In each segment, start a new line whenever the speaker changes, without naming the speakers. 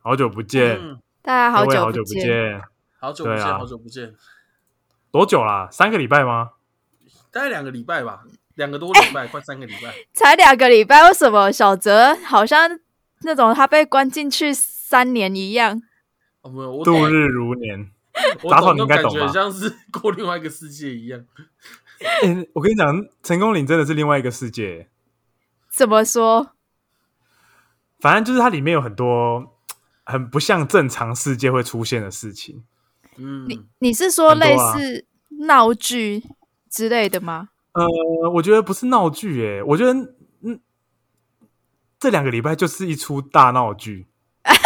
好久不见，
嗯，
大家
各位
久
好久不
见，
见，
好久不见，
对啊
好久不见，
多久啦？三个礼拜吗？
大概两个礼拜吧，两个多
哎
礼拜，快三个礼拜。
才两个礼拜，为什么小泽好像那种他被关进去三年一样？
哦，没有，我懂
度日如年。
我
杂草
懂
你
那
应该
感
懂
觉
吧
像是过另外一个世界一样。
欸我跟你讲，成功岭真的是另外一个世界。
怎么说？
反正就是它里面有很多很不像正常世界会出现的事情。
嗯，
你你是说
很多
类
啊
似闹剧之类的 吗？
呃，我觉得不是闹剧，诶，我觉得嗯，这两个礼拜就是一出大闹剧。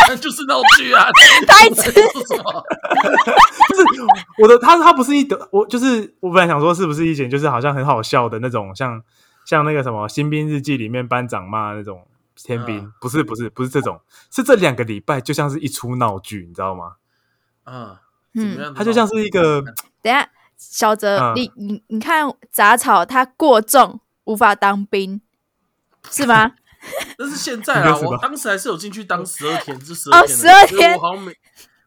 那就是闹剧啊！
太
这
直
是什么？
我的他他不是一的，我就是我本来想说是不是一点就是好像很好笑的那种，像像那个什么《新兵日记》里面班长骂那种天兵，
嗯
不是不是不是这种，是这两个礼拜就像是一出闹剧，你知道吗？
啊，怎么
嗯，
样？
它就像是一个
等一下小泽，
嗯
你你你看杂草他过重无法当兵，是吗？
但是现在啊，
应该是吧
我当时还是有进去当十二天，就十
哦
二天而已，
12
所以
天
我好像没，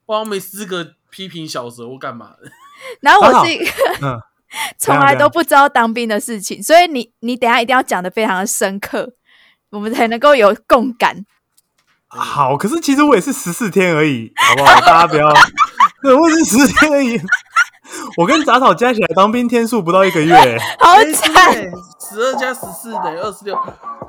我好像没资格批评小蛇，我干嘛的？
然后
杂草
我是一个
嗯，
从来都不知道当兵的事情，所以你你等一下一定要讲的非常的深刻，我们才能够有共感。
好，可是其实我也是十四天而已，好不好？大家不要，对，我也是十四天而已。 我跟杂草加起来当兵天数不到一个月、
好
哎
惨、
哎十二加十四等于二十六，
啊！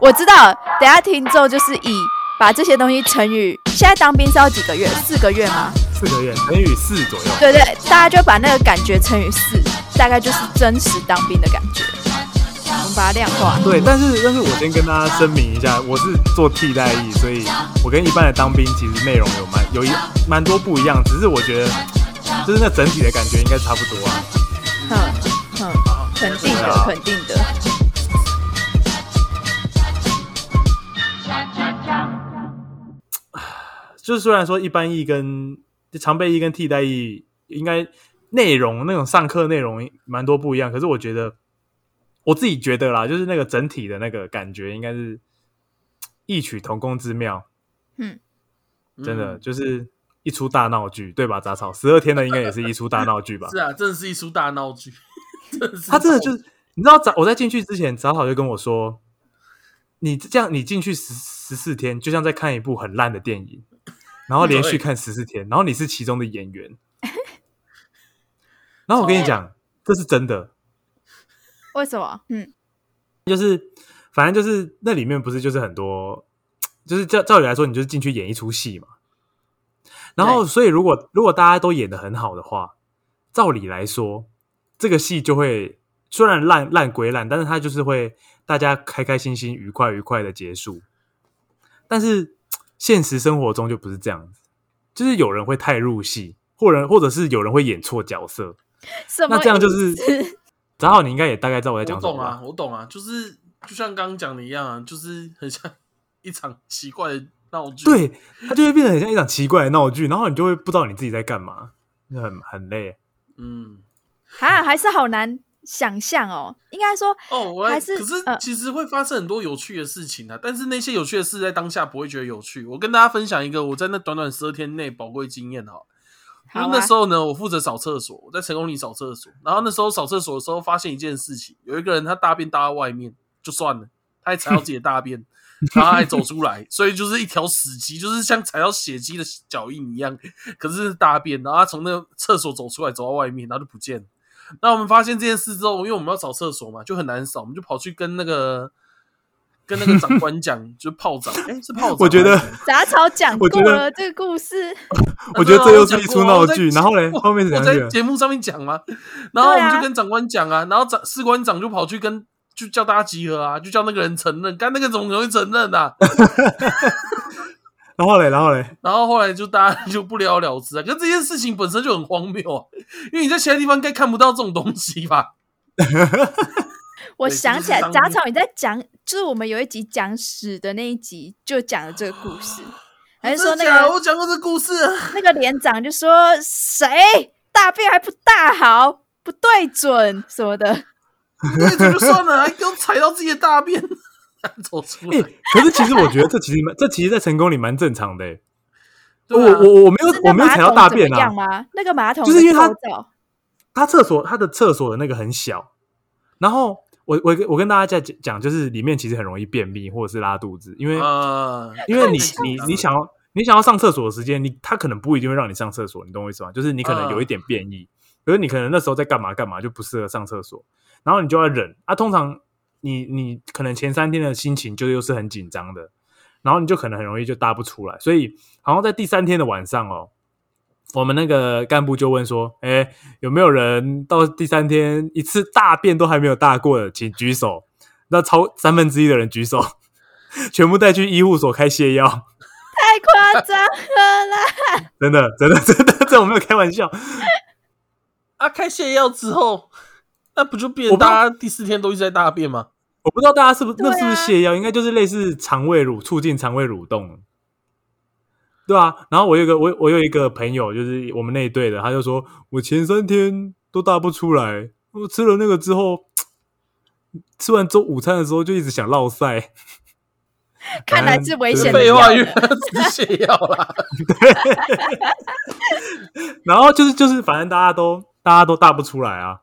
我知道了，等一下听众就是以把这些东西乘以现在当兵是要几个月？四个月吗？
四个月乘以四左右。
对对，大家就把那个感觉乘以四，大概就是真实当兵的感觉。我们把它量化。
对，但是但是我先跟大家声明一下，我是做替代役，所以我跟一般的当兵其实内容有蛮有一蛮多不一样，只是我觉得就是那整体的感觉应该差不多啊。
哼哼，肯定的，肯定的。
就是虽然说一般役跟常备役跟替代役应该内容那种啊上课内容蛮多不一样，可是我觉得我自己觉得啦，就是那个整体的那个感觉应该是异曲同工之妙，
嗯
真的、就是一出大闹剧，对吧？杂草十二天的应该也是一出大闹剧 吧？
是啊，真的是一出大闹剧。 真的是
他真的就是，你知道早我在进去之前，早早就跟我说，你这样你进去十十四天，就像在看一部很烂的电影，然后连续看十四天，然后你是其中的演员。然后我跟你讲，这是真的，
为什么？嗯，
就是反正就是那里面不是就是很多，就是照照理来说，你就是进去演一出戏嘛。然后，
对
所以如果如果大家都演的很好的话，照理来说，这个戏就会虽然烂烂归烂，但是它就是会大家开开心心、愉快愉快的结束。但是现实生活中就不是这样子，就是有人会太入戏，或人或者是有人会演错角色。
什
那
么意思？
这样就是，正好你应该也大概知道我在讲
我
什么
懂
吧？
啊，我懂啊，就是就像刚刚讲的一样啊，就是很像一场奇怪的闹剧。，
对，它就会变得很像一场奇怪的闹剧，然后你就会不知道你自己在干嘛，那很很累。
嗯，
啊，还是好难想象哦。应该说，
哦，我来
还是
可是
呃
其实会发生很多有趣的事情啊，但是那些有趣的事在当下不会觉得有趣。我跟大家分享一个我在那短短十二天内宝贵经验哈，哦因
好
为
啊
那时候呢，我负责扫厕所，我在成功里扫厕所。然后那时候扫厕所的时候，发现一件事情，有一个人他大便搭在外面，就算了，他还踩到自己的 大便，然后他还走出来，所以就是一条死鸡，就是像踩到血迹的脚印一样。可是是大便，然后他从那个厕所走出来，走到外面，然后就不见了。那我们发现这件事之后，因为我们要扫厕所嘛，就很难扫，我们就跑去跟那个跟那个长官讲， 就是炮长，哎、是炮长吗，
我觉得
啊杂草讲
我
过
觉得
了这个故事，
我觉得这又是一出闹剧，然后嘞
我
后面是
我
怎样去
在
了？
节目上面讲嘛，然后我
对啊
们就跟长官讲啊，然后长士官长就跑去跟就叫大家集合啊，就叫那个人承认，干那个怎么可能会承认啊？
然后嘞，然后嘞，
然后后来就大家就不了了之啊。可是这件事情本身就很荒谬啊，因为你在其他地方应该看不到这种东西吧？
我
对
想
这就是
起来，
当
杂
兵
草你在讲，就是我们有一集讲屎的那一集，就讲了这个故事，
啊
还是说那
真的假的
个
我讲过这故事啊，
那个连长就说谁大便还不大好，不对准什么的，
对，这就算了，还给我踩到自己的大便，走出
哎、
来。
可是其实我觉得这其实蛮，这其实，在成功里蛮正常的、欸。我
对啊
我我没有
是
我
那
没有踩
马桶
到大
怎么
便
样
啊，
吗？那个马桶
就是因为它
的构造
他厕所他的厕所的那个很小，然后我我跟我跟大家讲讲，就是里面其实很容易便秘或者是拉肚子，因为、
啊，
因为你
太
你
小
你想
了
要你想要上厕所的时间，你他可能不一定会让你上厕所，你懂我意思吗？就是你可能有一点变异，可是你可能那时候在干嘛干嘛就不适合上厕所，然后你就要忍啊。通常你你可能前三天的心情就又是很紧张的，然后你就可能很容易就搭不出来，所以好像在第三天的晚上哦。我们那个干部就问说：“哎、有没有人到第三天一次大便都还没有大过的，请举手。”那超三分之一的人举手， 全部带去医护所开泻药。
太夸张了啦！
真的，真的， 真的，这我没有开玩笑。
啊，开泻药之后，那不就
我
变
不知道
大家第四天都一直在大便吗？
我不知道大家是不是、
对啊
那是不是泻药，应该就是类似肠胃蠕促进肠胃蠕动，对啊。然后我有一个我我有一个朋友，就是我们那一队的，他就说我前三天都大不出来，我吃了那个之后，吃完中午餐的时候就一直想落塞。
看来是危
对
险的
废话，
药
原
了
来是泻药 啦。
然后就是就是，反正大家都大家都大不出来啊。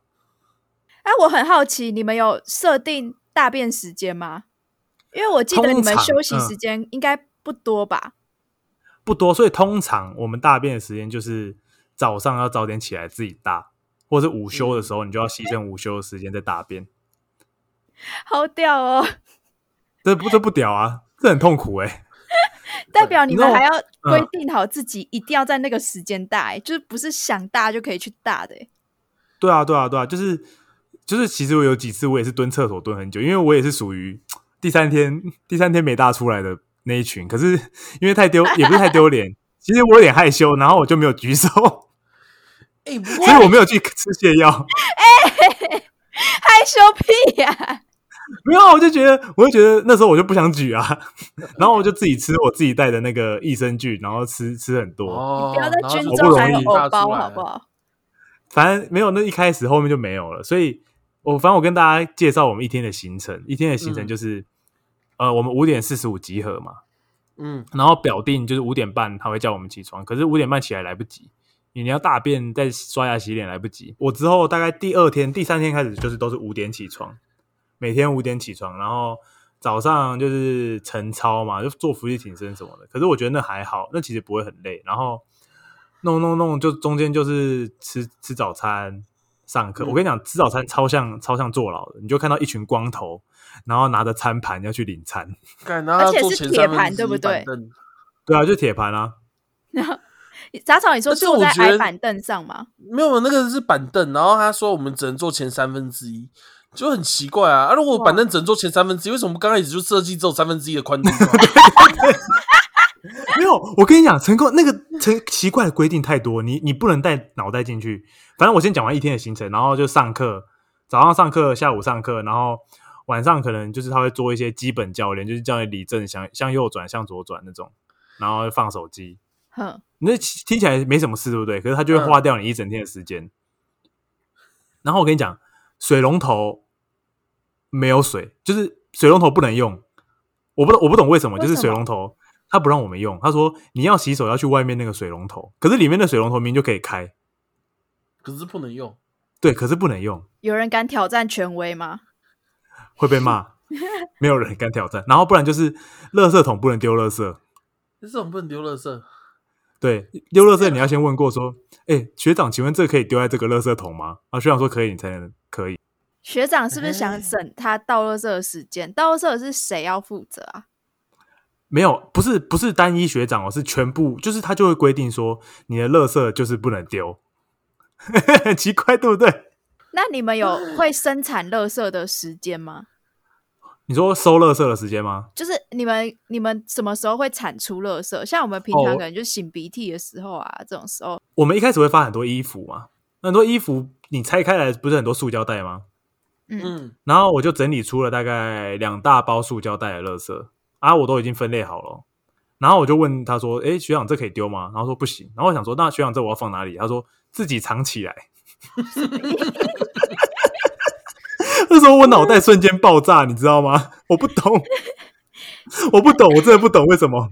哎、我很好奇，你们有设定大便时间吗？因为我记得你
通
们
常
休息
嗯
时间应该不多吧？
不多，所以通常我们大便的时间就是早上要早点起来自己大，或者是午休的时候你就要牺牲午休的时间在大便，
好屌哦，
这不这不屌啊，这很痛苦哎、
代表你们
那我
还要
嗯
规定好自己一定要在那个时间大、哎就是不是想大就可以去大的、哎
对啊，对啊，对啊，就是就是，其实我有几次我也是蹲厕所蹲很久，因为我也是属于第三天第三天没大出来的那一群，可是因为太丢也不是太丢脸，其实我有点害羞，然后我就没有举手，所
哎，不
以
过
我没有去吃泻药。
害羞屁呀、
没有啊，我就觉得，我就觉得那时候我就不想举啊，然后我就自己吃我自己带的那个益生菌，然后吃 吃很多，
哦
不要在
然后
军
就
好不
中
容
还有
易
偶包
大出来
好不好？
反正没有那一开始，后面就没有了。所以我反正我跟大家介绍我们一天的行程，一天的行程就是，呃，我们五点四十五集合嘛，
嗯，
然后表定就是五点半他会叫我们起床，可是五点半起来来不及，你要大便再刷牙洗脸来不及。我之后大概第二天、第三天开始就是都是五点起床，每天五点起床，然后早上就是晨操嘛，就做伏地挺身什么的。可是我觉得那还好，那其实不会很累。然后弄弄弄，就中间就是吃吃早餐。上课，
嗯
我跟你讲，吃早餐超像超像坐牢的，你就看到一群光头，然后拿着餐盘要去领餐，
干，然后要
而且
坐
是
前
铁
三分
盘
之
对不
一板
对
凳
对啊，就铁盘啊，
杂草，你说
而且
坐
我
在
觉
矮
得
板凳上吗？
没有，那个是板凳。然后他说我们只能坐前三分之一，就很奇怪啊。啊，如果板凳只能坐前三分之一，为什么刚开始就设计只有三分之一的宽度就好？
没有，我跟你讲，成功那个成奇怪的规定太多，你你不能带脑袋进去。反正我先讲完一天的行程，然后就上课，早上上课，下午上课，然后晚上可能就是他会做一些基本教练，就是教你理正向向右转向左转那种，然后放手机。
哼，
那其听起来没什么事，对不对？可是他
嗯
就会花掉你一整天的时间。然后我跟你讲，水龙头没有水，就是水龙头不能用。我不懂，我不懂为什么，
为
就是
什
水
么
龙头他不让我们用。他说你要洗手要去外面那个水龙头，可是里面的水龙头明明就可以开，
可是不能用。
对，可是不能用，
有人敢挑战权威吗？
会被 骂。没有人敢挑战。然后不然就是，垃圾桶不能丢垃圾。
这种不能丢垃圾，
对，丢垃圾
啊
你要先问过说，哎、学长，请问这可以丢在这个垃圾桶吗？啊，学长说可以，你才能可以。
学长是不是想
哎
省他倒垃圾的时间？倒垃圾的是谁要负责啊？
没有，不是不是单一学长哦，是全部，就是他就会规定说，你的垃圾就是不能丢， 很奇怪，对不对？
那你们有会生产垃圾的时间吗？
你说收垃圾的时间吗？
就是你们你们什么时候会产出垃圾？像我们平
哦
常可能就擤鼻涕的时候啊，这种时候
我们一开始会发很多衣服嘛，那很多衣服你拆开来不是很多塑胶袋吗？
嗯，
嗯，
然后我就整理出了大概两大包塑胶袋的垃圾啊，我都已经分类好了。然后我就问他说：“诶，学长，这可以丢吗？”然后说不行。然后我想说：“那学长，这我要放哪里？”他说：“自己藏起来。” 那时候我脑袋瞬间爆炸，你知道吗？我不懂，我不懂，我真的不懂为什么。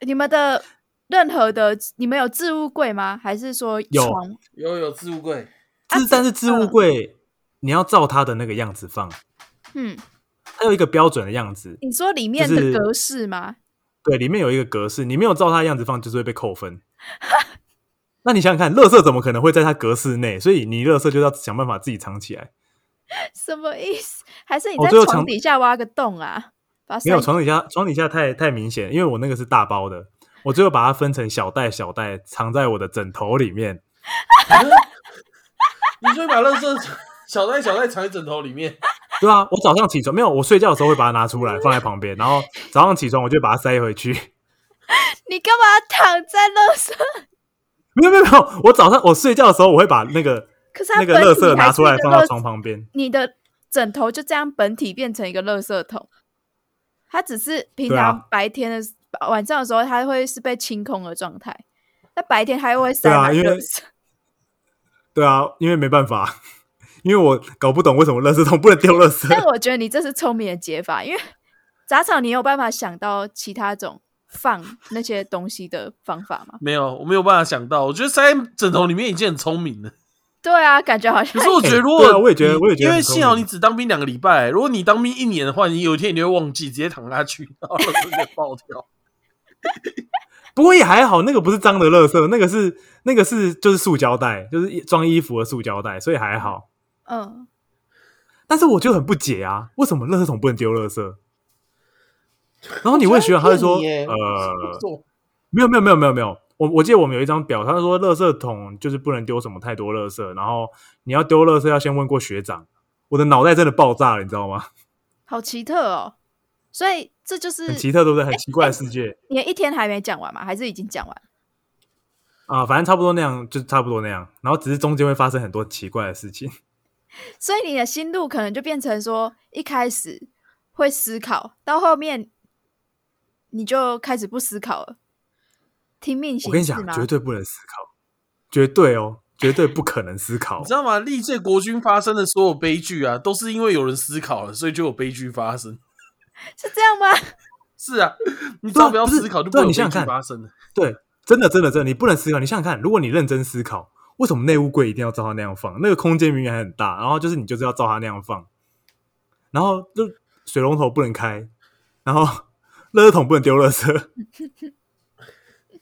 你们的任何的，你们有置物柜吗？还是说
有
床？
有有置物柜，
啊
置但是置物柜你要照它的那个样子放，
嗯，
它有一个标准的样子，
你说里面
就
的
是
格式吗？
对，里面有一个格式，你没有照它的样子放，就是会被扣分。 那你想想看，垃圾怎么可能会在它格式内？所以你垃圾就要想办法自己藏起来。
什么意思？还是你
我
在
最后
床
藏
底下挖个洞啊？把它
没有
塞
床底下，床底下太太明显，因为我那个是大包的，我最后把它分成小袋小袋，藏在我的枕头里面。
你就会把垃圾小袋小袋藏在枕头里面。
对啊，我早上起床没有，我睡觉的时候会把它拿出来放在旁边，然后早上起床我就把它塞回去。
你干嘛躺在垃圾？
没有没有没有，我早上我睡觉的时候我会把那个
可是它
那个
本
垃
体
圾
还
拿
是
出来
一个
放到
垃
床旁边。
你的枕头就这样本体变成一个垃圾桶，它只是平
对啊
常白天的、晚上的时候，它会是被清空的状态。那白天它又会塞
对啊
满
因为
垃圾，
对啊，因为没办法， 因为我搞不懂为什么垃圾桶不能丢垃 圾。
但我觉得你这是聪明的解法，因为 杂草你有办法想到其他种放那些东西的方法吗？
没有，我没有办法想到，我觉得塞在枕头里面已经很聪明了。
对啊，感觉好
可
像
是我觉得，如果、
哎对啊我也觉得
你
我也觉得
因为
很聪
幸好
明
你只当兵两个礼拜、如果你当兵一年的话，你有一天你就会忘记，直接躺下去， 然后垃圾就爆掉。
不过也还好，那个不是脏的垃圾，那个是那个是就是塑胶袋，就是装衣服的塑胶袋，所以还好。
嗯，
但是我就很不解啊，为什么垃圾桶不能丢垃圾？然后你问学长，他就说，呃，没有没有没有没有没有，我我记得我们有一张表，他说垃圾桶就是不能丢什么太多垃圾，然后你要丢垃圾要先问过学长。我的脑袋真的爆炸了，你知道吗？
好奇特哦。所以这就是
很奇特，对不对？很奇怪的世界
你的一天还没讲完吗？还是已经讲完？
啊，反正差不多那样，就差不多那样。然后只是中间会发生很多奇怪的事情。
所以你的心路可能就变成说，一开始会思考，到后面你就开始不思考了，听命行
我跟你
事
讲，
吗？
绝对不能思考，绝对哦，绝对不可能思考
你知。道吗？历届国军发生的所有悲剧啊，都是因为有人思考了，所以就有悲剧发生。
是这样吗？
是啊，你只要不要
不是
思考，就不
对啊
会有
你
悲
想
剧
想看
发生了。
对，真的，真的，真的，你不能思考。你想想看，如果你认真思考，为什么内务柜一定要照它那样放？那个空间明明还很大，然后就是你就是要照它那样放，然后就水龙头不能开，然后垃圾桶不能丢垃圾，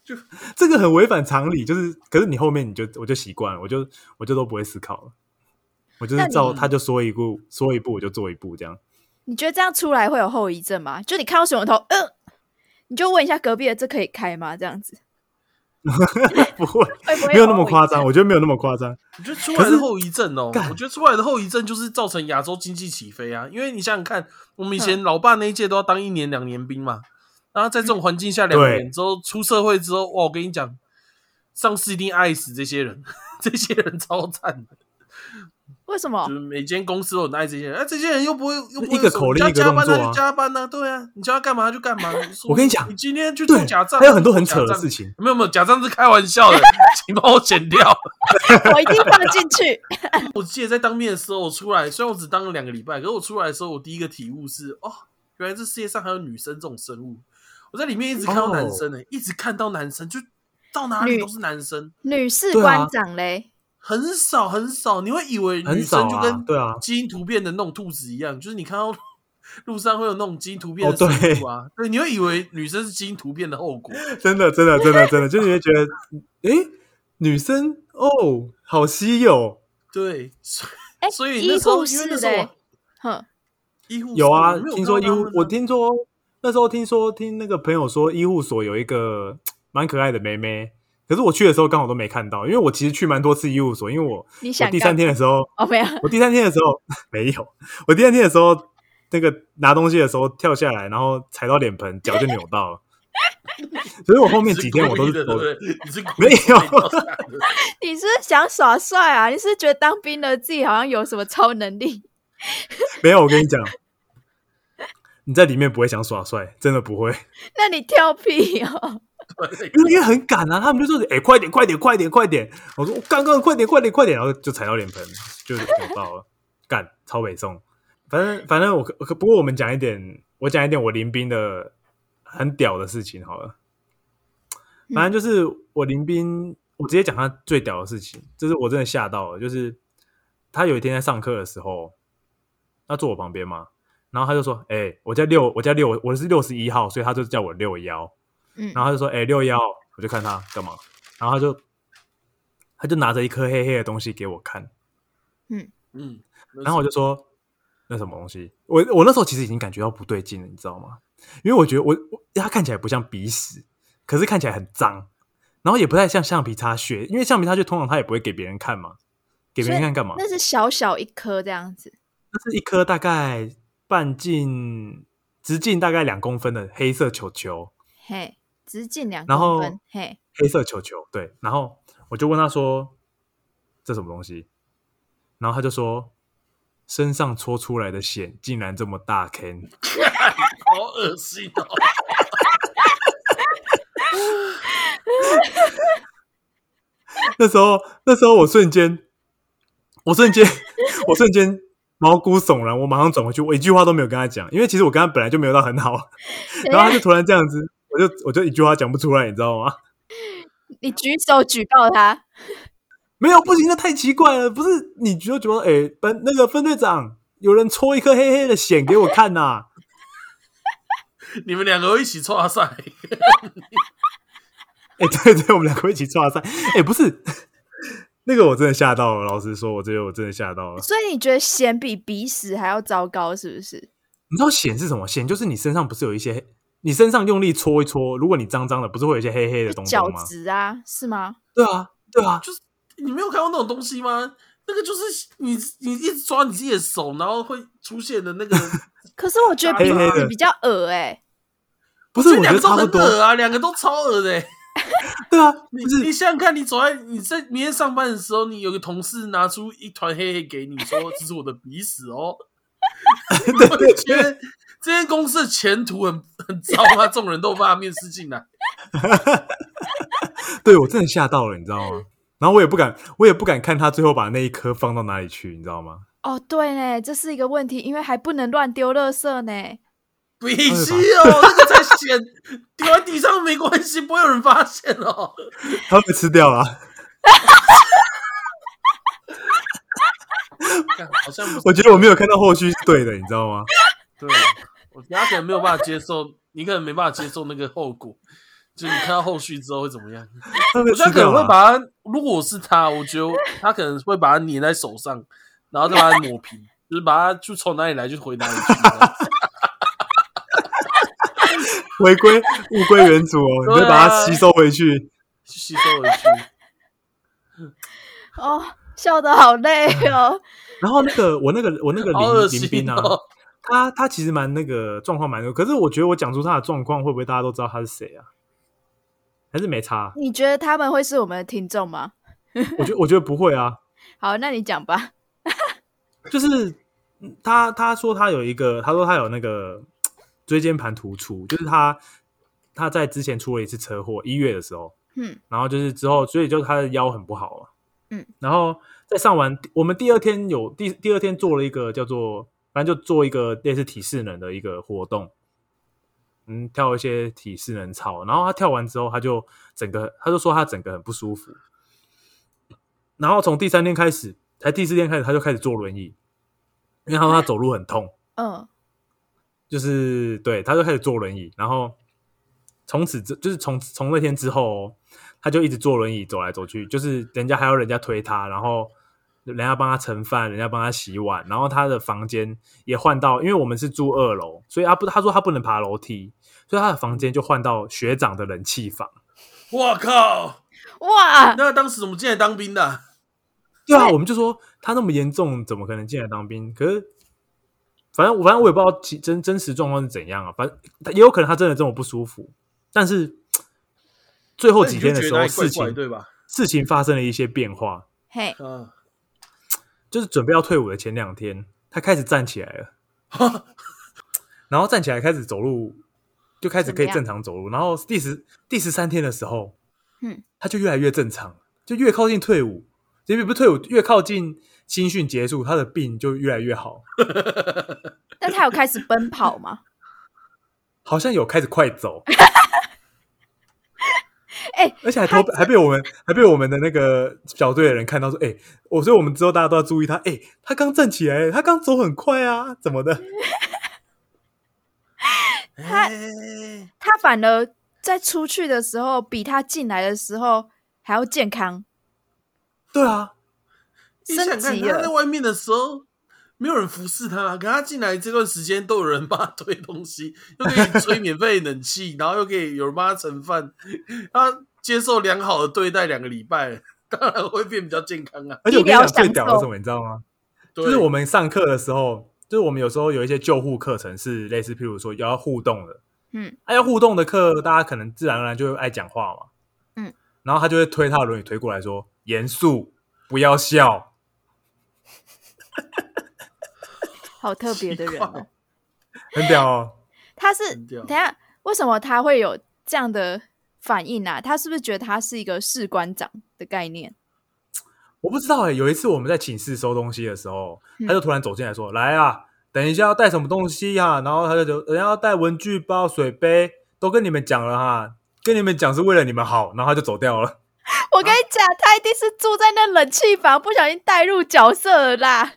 就
这个很违反常理。就是，可是你后面你就我就习惯了，我就我就都不会思考了。我就
那
是
你
照他就说一步说一步我就做一步这样，
你觉得这样出来会有后遗症吗？就你看到水龙头，呃，你就问一下隔壁的，这可以开吗？这样子
不会
会不会
没有那么
后遗
夸张，
症？
我觉得没有那么夸张。
我觉得出来
可是
的后遗症哦，
干
我觉得出来的后遗症就是造成亚洲经济起飞啊。因为你想想看，我们以前老爸那一届都要当一年两年兵嘛，然后在这种环境下两
对
年之后出社会之后，哇，我跟你讲，上司一定爱死这些人， 这些人超惨的，
为什么
就是每间公司都很爱这些人。哎、这些人又不会又不
一
会
个
说
口令
你叫
一个
加班
动
他
作啊
就加班呢、对啊，你叫他干嘛他就干嘛。说
我跟你讲
你今天去做
对
假，账，
还有很多很扯的
情。
事情。
没有没有，假账是开玩笑的， 请帮我剪掉。
我一定放进去？
我记得在当兵的时候，我出来虽然我只当了两个礼拜，可是我出来的时候，我第一个体悟是哦，原来这世界上还有女生这种生物。我在里面一直看到男
哦
生呢、欸一直看到男生，就到哪里
女
都是男生，
女士
对啊
官长嘞，
很少很少，你会以为
很
女
少
生就
啊
跟，
对啊，
基因突变的那种兔子一样，就是你看到路上会有那种基因突变的
哦对
生物啊，对，你会以为女生是基因突变的后果。
真的，真的，真的，真的，就你会觉得，诶，女生哦，好稀有，
对，所以
哎、
所以那
医
时候
护
因为
士
那时候
嘞
我，
哼，
医护
有啊
所我没。
听说
看
医
到
护
他，们
我
啊
听说那时候听说听那个朋友说医护所有一个蛮可爱的妹妹，可是我去的时候刚好都没看到，因为我其实去蛮多次医护所，因为我
你
我
想
第三
干
天的时候，
哦没有，
我第三天的时候 没有，我第三天的时候那个拿东西的时候跳下来，然后踩到脸盆，脚就扭到了， 所以我后面几天我都
你
是
是
走
故意的，对不对？你是故
没
意
有
跳下来的
你是不是想耍帅啊？你是不是觉得当兵的自己好像有什么超能力？
没有，我跟你讲，你在里面不会想耍帅，真的不会，
那你跳屁 哦！
对
因为因为很赶啊，他们就说：“哎、快点，快点，快点，快点！”我说：“我刚刚快点，快点，快点！”然后就踩到脸盆，就扭到了，干超北宋。反正反正我可可不过我们讲一点，我讲一点我临兵的很屌的事情好了。反正就是我林斌，我直接讲他最屌的事情，这是我真的吓到了。就是他有一天在上课的时候，他坐我旁边嘛，然后他就说：“哎、我叫六，我叫六，我是六十一号，所以他就叫我六幺。”
嗯
然后他就说：“哎、六幺。”我就看他干嘛，然后他就他就拿着一颗黑黑的东西给我看，
嗯，
然后我就说那什么东西？我我那时候其实已经感觉到不对劲了，你知道吗？因为我觉得我我它看起来不像鼻屎，可是看起来很脏，然后也不太像橡皮擦屑，因为橡皮擦屑通常它也不会给别人看嘛，给别人看干嘛？
那是小小一颗这样子，
那是一颗大概半径直径大概两公分的黑色球球，
嘿，直径两
然后
公分，嘿，
黑色球球，对。然后我就问他说这什么东西，然后他就说身上搓出来的蚬竟然这么大坑。
好恶心哦！
那时候，那时候我瞬间，我瞬间， 我瞬间毛骨悚然，我马上转回去，我一句话都没有跟他讲，因为其实我跟他本来就没有到很好，然后他就突然这样子，我就我就一句话讲不出来，你知道吗？
你举手举报他，
没有，不行，那太奇怪了，不是你就觉得，哎、本那个分队长，有人戳一颗黑黑的蚬给我看呐、
你们两个一起抓赛，
哎、对对，我们两个一起抓赛，哎、不是。 那个我真的吓到了，老实说，我觉得我真的吓到了。
所以你觉得咸比鼻屎还要糟糕，是不是？
你知道癣是什么？癣就是你身上不是有一些黑，你身上用力搓一搓，如果你脏脏的，不是会有一些黑黑的
就
东西
角
吗？
质啊，是吗？
对啊，对啊，
你没有看过那种东西吗？那个就是你你一直抓你自己的手，然后会出现的那个，
可是我觉得
黑
鼻
黑的
屎比较恶哎、
不是，我觉
两
得
个都
差不
很
多，
恶啊，两个都超恶的欸、
对啊，
你
不是
你想想看，你走在你在明天上班的时候，你有个同事拿出一团黑黑给你说：“这是我的鼻屎 哦。”你会觉得这间公司的前途很很糟啊！这种人都有办法面试进来，
对我真的吓到了，你知道吗？然后我也不敢，我也不敢看他最后把那一颗放到哪里去，你知道吗？
哦，对呢，这是一个问题，因为还不能乱丢垃圾呢。
鼻息哦，那个才显 丢在地上没关系，不会有人发现哦。
他被吃掉了，
干好像不是
我觉得我没有看到后续是对的，你知道吗？
对，啊我他可能没有办法接受，你可能没办法接受那个后果，就你看到后续之后会怎么样？啊
他被
我觉得
吃
可
掉
能会
了，
把它，如果我是他，我觉得他可能会把它粘在手上，然后再把它抹 平，就是把它就从哪里来就回哪里去。
回归物归原主哦，你
对啊
再把它吸收回去。
去吸收回去，
哦，笑得好累哦。
然后那个我那个我那个
好恶
林林
心
斌啊，
哦！
他他其实蛮那个状况蛮多，可是我觉得我讲出他的状况，会不会大家都知道他是谁啊？还是没差？啊
你觉得他们会是我们的听众吗？
我觉得我觉得不会啊，
好，那你讲吧。
就是嗯他他说他有一个，他说他有那个椎间盘突出，就是他他在之前出了一次车祸，一月的时候，
嗯，
然后就是之后，所以就他的腰很不好嘛，
嗯，
然后在上完我们第二天有第第二天做了一个叫做，反正就做一个类似体适能的一个活动，嗯，跳一些体适能操，然后他跳完之后，他就整个他就说他整个很不舒服，然后从第三天开始，才第四天开始他就开始坐轮椅，因为他说他走路很痛，
嗯，
就是对，他就开始坐轮椅，然后从此之就是从从那天之后、哦，他就一直坐轮椅走来走去，就是人家还要人家推他，然后人家帮他盛饭，人家帮他洗碗，然后他的房间也换到，因为我们是住二楼，所以他不他说他不能爬楼梯，所以他的房间就换到学长的冷气房。
我靠，
哇，
那当时怎么进来当兵的啊？
对啊，我们就说他那么严重，怎么可能进来当兵？可是，反正我反正我也不知道其真真实状况是怎样啊。反正也有可能他真的这么不舒服，但是最后
那
几
你
天的
就觉
时
得哪
候，
里怪
事
怪
情
对吧？
事情发生了一些变化，
嘿，
嗯，
就是准备要退伍的前两天，他开始站起来了，
哈
然后站起来开始走路，就开始可以
怎么样
正常走路。然后第十第十三天的时候，
嗯，
他就越来越正常，就越靠近退伍，也不是退伍，越靠近新训结束，他的病就越来越好。
那他有开始奔跑吗？
好像有开始快走，
哎、
而且还
他
偷还被我们还被我们的那个小队的人看到说，哎、我所以我们之后大家都要注意他，哎、他刚站起来，他刚走很快啊，怎么的？
他
哎
他反而在出去的时候比他进来的时候还要健康，
对啊，
你想
升
看
级
他在
了。
外面的时候，没有人服侍他，啊可他进来这段时间都有人帮他推东西，又可以吹免费冷气，然后又可以有人帮他盛饭，他接受良好的对待两个礼拜， 当然会变比较健康啊。
而且我跟你
医疗
讲最
享受
屌的是什么，你知道吗？
对
就是我们上课的时候，就是我们有时候有一些救护课程是类似，譬如说要互动的，
嗯，
啊、要互动的课，大家可能自然而然就会爱讲话嘛，
嗯，
然后他就会推他的轮椅推过来说：“严肃，不要笑。
好特别的人、
奇怪
哦。”
很屌哦，
他是
很屌
等一下为什么他会有这样的反应啊？他是不是觉得他是一个士官长的概念？
我不知道哎、有一次我们在寝室收东西的时候，
嗯
他就突然走进来说：“来啊，等一下要带什么东西呀、然后他就说：“等一下要带文具包、水杯，都跟你们讲了哈，跟你们讲是为了你们好。”然后他就走掉了。
我
啊
跟你讲，他一定是住在那冷气房，不小心带入角色了啦。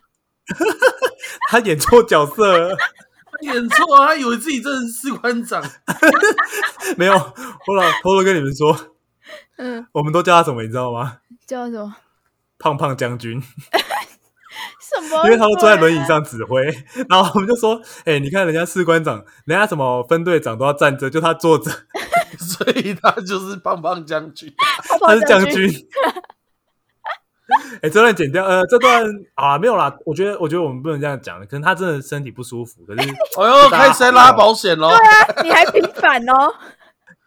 他演错角色了，
他演错啊，他以为自己真的是士官长，
没有。我老偷偷跟你们说，
嗯，
我们都叫他什么，你知道吗？
叫什么
胖胖将军，
什么、
因为他都坐在轮椅。上指挥，然后我们就说：“哎、你看人家士官长，人家什么分队长都要站着，就他坐 着，
所以他就是棒棒将 军。
泡泡
他是啊将军。 哎、这段剪掉，呃，这段啊没有啦。我觉得，我觉得我们不能这样讲，可能他真的身体不舒服， 可是
哎呦，开始在拉保险喽！
啊，你还平反哦。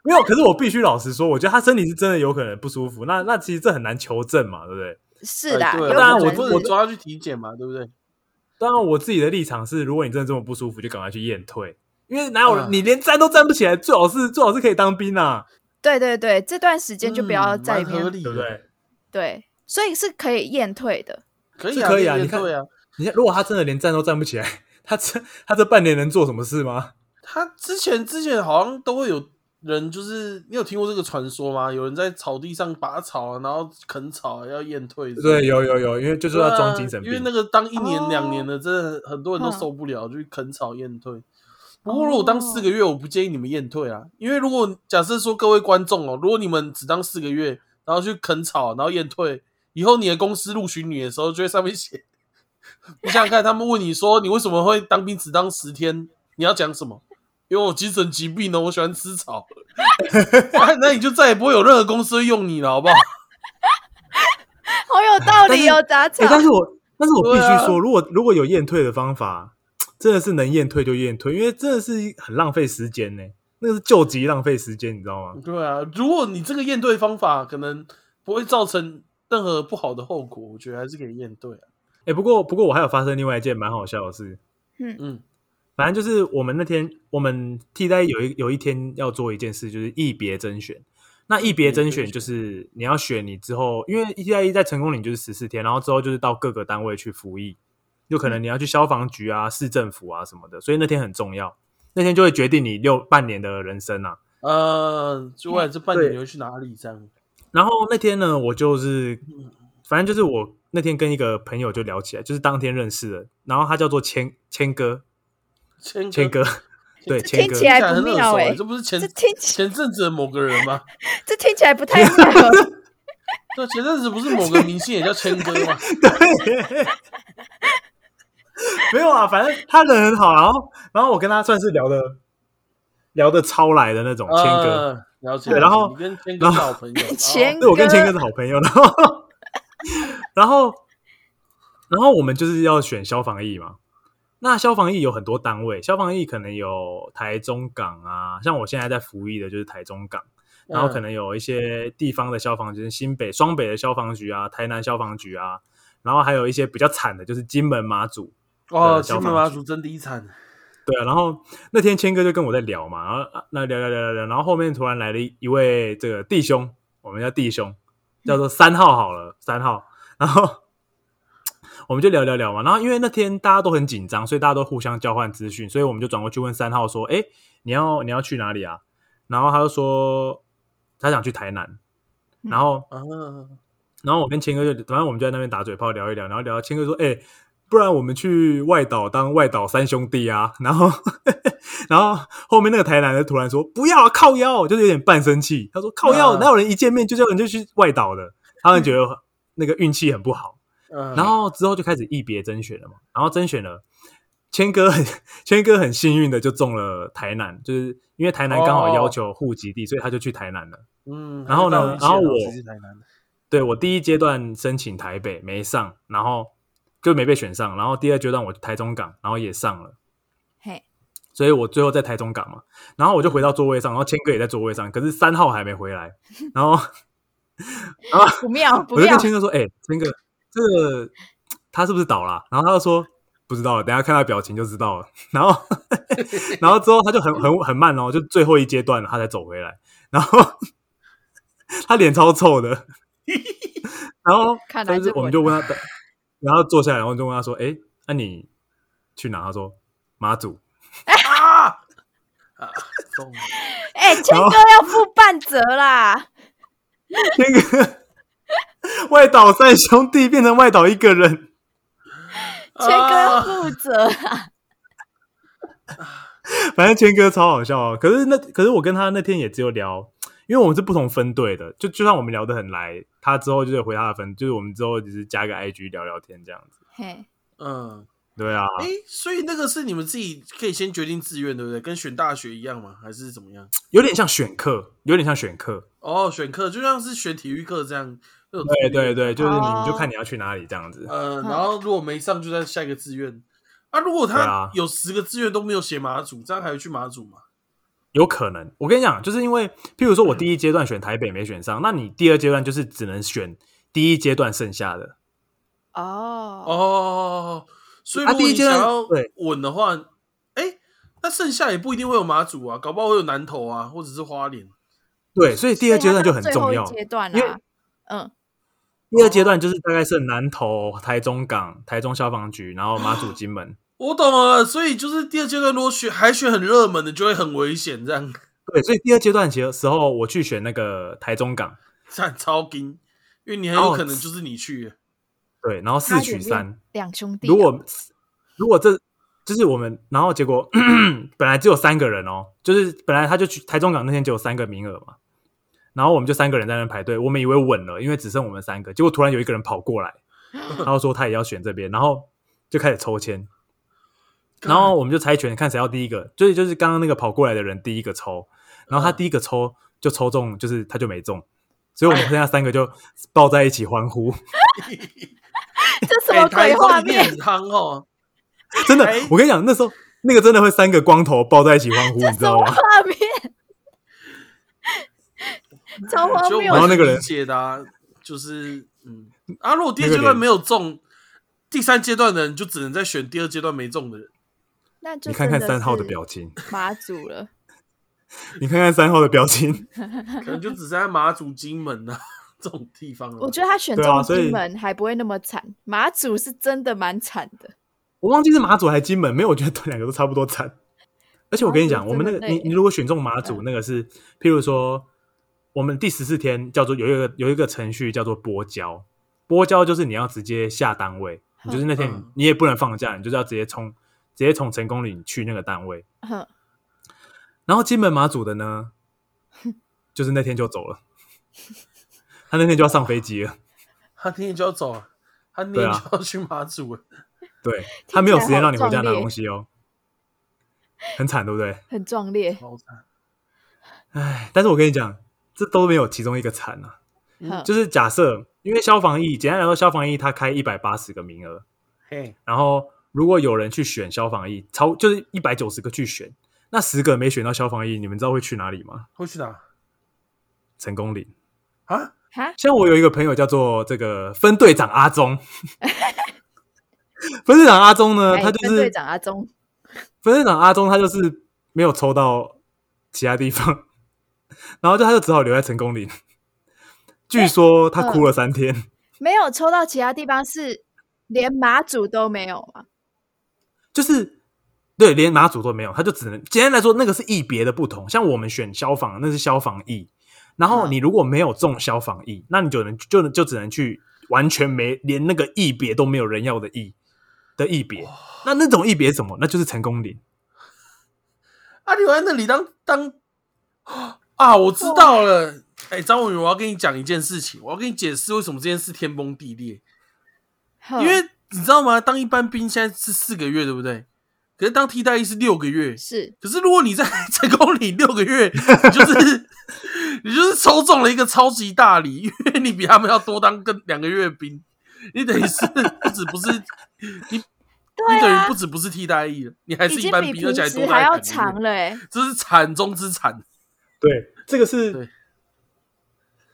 没有，可是我必须老实说，我觉得他身体是真的有可能不舒服。那那其实这很难求证嘛，对不对？
啊是啦，
哎对
有
当然
可
我
能
不
我
能
是
抓他去体检嘛，对不对？
当然，我自己的立场是，如果你真的这么不舒服，就赶快去验退，因为哪有人、
嗯
你连站都站不起来，最好是最好是可以当兵啊，
对对对，这段时间就不要
嗯
在里
蛮合
面。
理
对
的，
不对？
对，所以是可以验退的。
可以
是
啊，
可以啊
练
你看
对啊，
你看，如果他真的连站都站不起来，他这他这半年能做什么事吗？
他之前之前好像都会有人，就是你有听过这个传说吗？有人在草地上拔草啊，然后啃草啊要验退之类的，
对，有有有，因为就是
对啊，
要装精神病，哦
因为那个当一
哦
年两年的，真的很多人都
嗯
受不了，就去啃草验退。不过如果当四个月，我不建议你们验退啊，因为如果假设说各位观众哦，如果你们只当四个月，然后去啃草，然后验退，以后你的公司录取你的时候，就会上面写， 你想想看，他们问你说你为什么会当兵只当十天，你要讲什么？因为我精神疾病呢，哦我喜欢吃草， 那那你就再也不会有任何公司会用你了，好不好？
好
啊
有道理哦，杂
哎、
草。
但是我但是我必须
对啊
说，如果如果有验退的方法，真的是能验退就验退，因为真的是很浪费时间呢、那个是救急浪费时间，你知道吗？
对啊，如果你这个验对方法可能不会造成任何不好的后果，我觉得还是可以验对啊。
哎、不过不过我还有发生另外一件蛮好笑的事，
嗯
嗯，
反正就是我们那天我们替代有一有一天要做一件事，就是一别甄选。那一别甄选就是你要选你之后，因为一加一在成功岭就是十四天，然后之后就是到各个单位去服役，有可能你要去消防局啊、市政府啊什么的，所以那天很重要，那天就会决定你六半年的人生啊。
呃，就未来这半年
对
你会去哪里这样？
然后那天呢，我就是，反正就是我那天跟一个朋友就聊起来，就是当天认识的，然后他叫做谦谦哥，
谦
谦哥， 对，
这
谦
听
哥
起，来
很
不
耳
妙
熟
哎、
这不是前
这听起
前阵子的某个人 吗？
这听起来不
哎
太妙。哦
对，前阵子不是某个明星也叫谦哥 吗？
对，没有啊，反正他人很好，然后然后我跟他算是聊的聊的超来的那种谦哥，
呃，了解。
对
了解
然后
你跟谦哥是好朋 友，
前
哦
对我跟谦哥是好朋友，然后 然后然后我们就是要选消防役嘛。那消防役有很多单位，消防役可能有台中港啊，像我现在在服役的就是台中港，
哦
然
嗯
后可能有一些地方的消防局，新北、双北的消防局啊，台南消防局啊，然后还有一些比较惨的，就是金门马祖，
哦，
对消
金
防
门马祖真低产，
对啊，然后那天谦哥就跟我在聊嘛，然后啊那聊聊聊聊聊，然后后面突然来了一一位这个弟兄，我们叫弟兄，叫做三号好了，三号，然后我们就聊聊聊嘛，然后因为那天大家都很紧张，所以大家都互相交换资讯，所以我们就转过去问三号说，哎，你要你要去哪里啊？然后他就说，他想去台南，
嗯
然后
啊，
然后我跟谦哥就，反正我们就在那边打嘴炮聊一聊，然后聊到谦哥说：“哎、不然我们去外岛当外岛三兄弟啊。”然后， 然后后面那个台南的突然说：“不要、啊、靠腰！”就是有点半生气。他说：“靠腰，
嗯
哪有人一见面就叫人就去外岛的？”他们觉得那个运气很不好。
嗯
然后之后就开始一别甄选了嘛，然后甄选了。谦哥很 谦哥很幸运的就中了台南，就是因为台南刚好
哦
要求户籍地，所以他就去台南了。
嗯，
然后呢
还是
然
到
后我
以前去台 南
对我第一阶段申请台北没上，然后就没被选上，然后第二阶段我台中港，然后也上了，
嘿，
所以我最后在台中港嘛，然后我就回到座位上，然后谦哥也在座位上，可是三号还没回来，然后然后
不妙不
我就
妙
跟，谦哥说：“哎、谦哥，这个他是不是倒了、啊然后他就说：“不知道，等一下看他表情就知道了。”然 后，然后之后他就很很很慢哦，就最后一阶段了，他才走回来。然后他脸超臭的，然后
看来
但是
是
我们
稳
就问他，然后坐下来，然后就问他说：“哎、那、你去哪？”他说：“马祖。
啊啊，懂了
哎，谦
然后
哥要负半责啦，”
那个外岛三兄弟变成外岛一个人。
谦哥要
啊
负责啊，
反正谦哥超好笑哦。可是那可是我跟他那天也只有聊，因为我们是不同分队的，就就算我们聊得很来，他之后就是回他的分，就是我们之后只是加个 IG 聊聊天这样子。
嘿，
嗯，
对啊，
哎，所以那个是你们自己可以先决定志愿，对不对？跟选大学一样吗？还是怎么样？
有点像选课，有点像选课。
哦，选课就像是选体育课这样。那种
对
志
对
愿
对，就是你
哦
你就看你要去哪里这样子。
呃，
嗯
然后如果没上，就在下一个志愿。啊，如果
对
他
啊
有十个志愿都没有写马祖，这样还会去马祖吗？
有可能，我跟你讲，就是因为譬如说我第一阶段选台北没选上，那你第二阶段就是只能选第一阶段剩下的。
哦，
哦，所以
啊
如果
第
你
一阶
想
段
要
对
稳的话，哎、那剩下也不一定会有马祖啊，搞不好会有南投啊，或者是花莲。
对，所以第二阶段就很
所以他到
重
最
要
后一。阶段
因为
啦，嗯，
第二阶段就是大概是南投、台中港、台中消防局，然后马祖、金门。
我懂了，所以就是第二阶段，如果选海选很热门的，就会很危险，这样
对，所以第二阶段的时候，我去选那个台中港，
这样超惊，因为你很有
哦
可能就是你去。
对，然后四
他也
取
是
三。
两兄弟啊，
如果如果这就是我们，然后结果 本来只有三个人哦，就是本来他就去台中港那天只有三个名额嘛，然后我们就三个人在那边排队，我们以为稳了，因为只剩我们三个，结果突然有一个人跑过来，然后说他也要选这边，然后就开始抽签，然后我们就猜拳，看谁要第一个，所以就是刚刚那个跑过来的人第一个抽，然后他第一个抽就抽中，就是他就没中，所以我们剩下三个就抱在一起欢呼，
这什
哎
么
台
鬼
中
画
一定
面？
很夯哦，
真的
哎，
我跟你讲，那时候那个真的会三个光头抱在一起欢 呼，
这
你知
什
道
么
吗？
画 面？超荒
就
谬
然后
的！
那个人
理解的、啊，就是嗯啊，如果第二阶段没有中，第三阶段的人就只能再选第二阶段没中的人。
那就
你看看
真
三号的
是
表嗯情，
马祖了，
你看看三号的表情，
可能就只在马祖、金门啊 这种地方了吧。
我觉得他选
对
中
啊所以
金门还不会那么惨，马祖是真的蛮惨的。
我忘记是马祖还是金门，没有，我觉得两个都差不多惨。而且我跟你讲，
马祖
我们那
真
个
的
你
累
你如果选中马祖，那个是譬如说，我们第十四天叫做有一个有一个程序叫做拨交，拨交就是你要直接下单位，你就是那天
嗯
你也不能放假，你就是要直接冲直接从成功岭去那个单位。
哼，
然后金门马祖的 呢，就是那天就走了，他那天就要上飞机了。
他今天就要走啊，他今
对
天
啊
就要去马祖了。
对
起
他没有时
来
间
好
让你回家
壮
拿
烈
东西哦，很惨，对不对？
很壮烈。
好惨！
唉，但是我跟你讲，这都没有其中一个惨啊。
哼，
就是假设，因为消防役，简单来说，消防役他开一百八十个名额，
嘿，
然后如果有人去选消防役，超就是一百九十个去选，那十个没选到消防役，你们知道会去哪里吗？
会去哪
成功岭。
啊？
哈，
像我有一个朋友叫做这个分队长阿忠，分队长阿忠呢，
哎
呃他就
分队
是
长阿忠，
分队长阿忠，他就是没有抽到其他地方， 然后就他就只好留在成功岭。据说
嗯
他哭了三天，
没有抽到其他地方是连马祖都没有嘛？
就是对连马祖都没有，他就只能简单来说，那个是役别的不同。像我们选消防，那是消防役，然后你如果没有中消防疫，那你就能就能就只能去完全没连那个疫别都没有人要的疫的疫别。那那种疫别是什么？那就是成功岭。
啊，留在那里当当 啊，我知道
哦
了。哎、张文宇，我要跟你讲一件事情，我要跟你解释为什么这件事天崩地裂。
哼嗯
因为你知道吗？当一般兵现在是四个月，对不对？可是当替代役是六个月。
是
可是如果你在 成功里六个月，你就是 你就是抽中了一个超级大礼，因为你比他们要多当跟两个月兵，你等于是 不止不是
啊
你你
对
等
啊
于不，止不是替代役了，你还是
已
一
经
般
比
兵，而
平
且还
时
多
还
待
要
两个月
长了哎、
这是惨中之惨。
对，这个是
对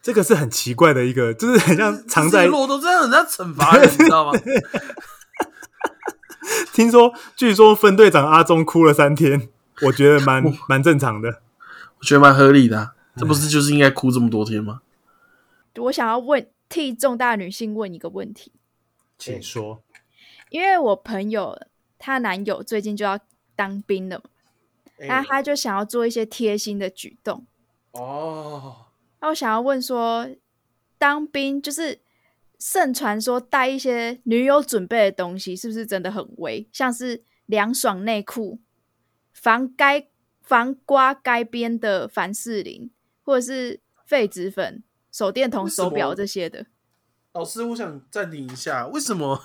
这个是很奇怪的一个，就是很像藏
这
在
是骆驼这样人家惩罚人，你知道吗？
听说，据说分队长阿忠哭了三天，我觉得 蛮蛮正常的。
我觉得蛮合理的啊、这不是就是应该哭这么多天吗？
我想要问替重大女性问一个问题，
请说，
因为我朋友她男友最近就要当兵了嘛，那她就想要做一些贴心的举动。
哦，
那我想要问说，当兵就是盛传说带一些女友准备的东西，是不是真的很威？像是凉爽内裤、防该防刮该边的凡士林，或者是痱子粉、手电筒、
为什么
手表这些的。
老师，我想暂停一下，为什么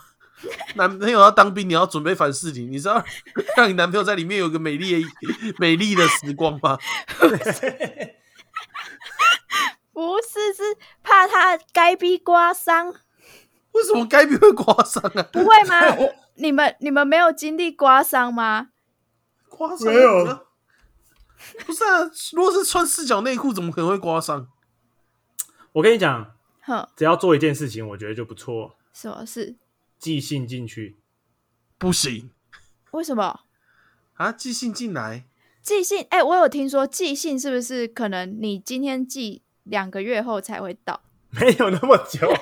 男朋友要当兵，你要准备凡士林？你知道 让你男朋友在里面有个美丽的美丽的时光吗？
不是，是怕他该逼刮伤，
为什么该兵会刮伤啊？
不会 吗？我你们你们没有经历刮伤吗？
刮伤
没有？
不是啊，如果是穿四角内裤，怎么可能会刮伤？
我跟你讲，
哼，
只要做一件事情，我觉得就不错，
什么事？
寄信进去。
不行
为什么？
啊，寄信进来，
寄信，哎、我有听说寄信是不是可能你今天寄，两个月后才会到？
没有那么久，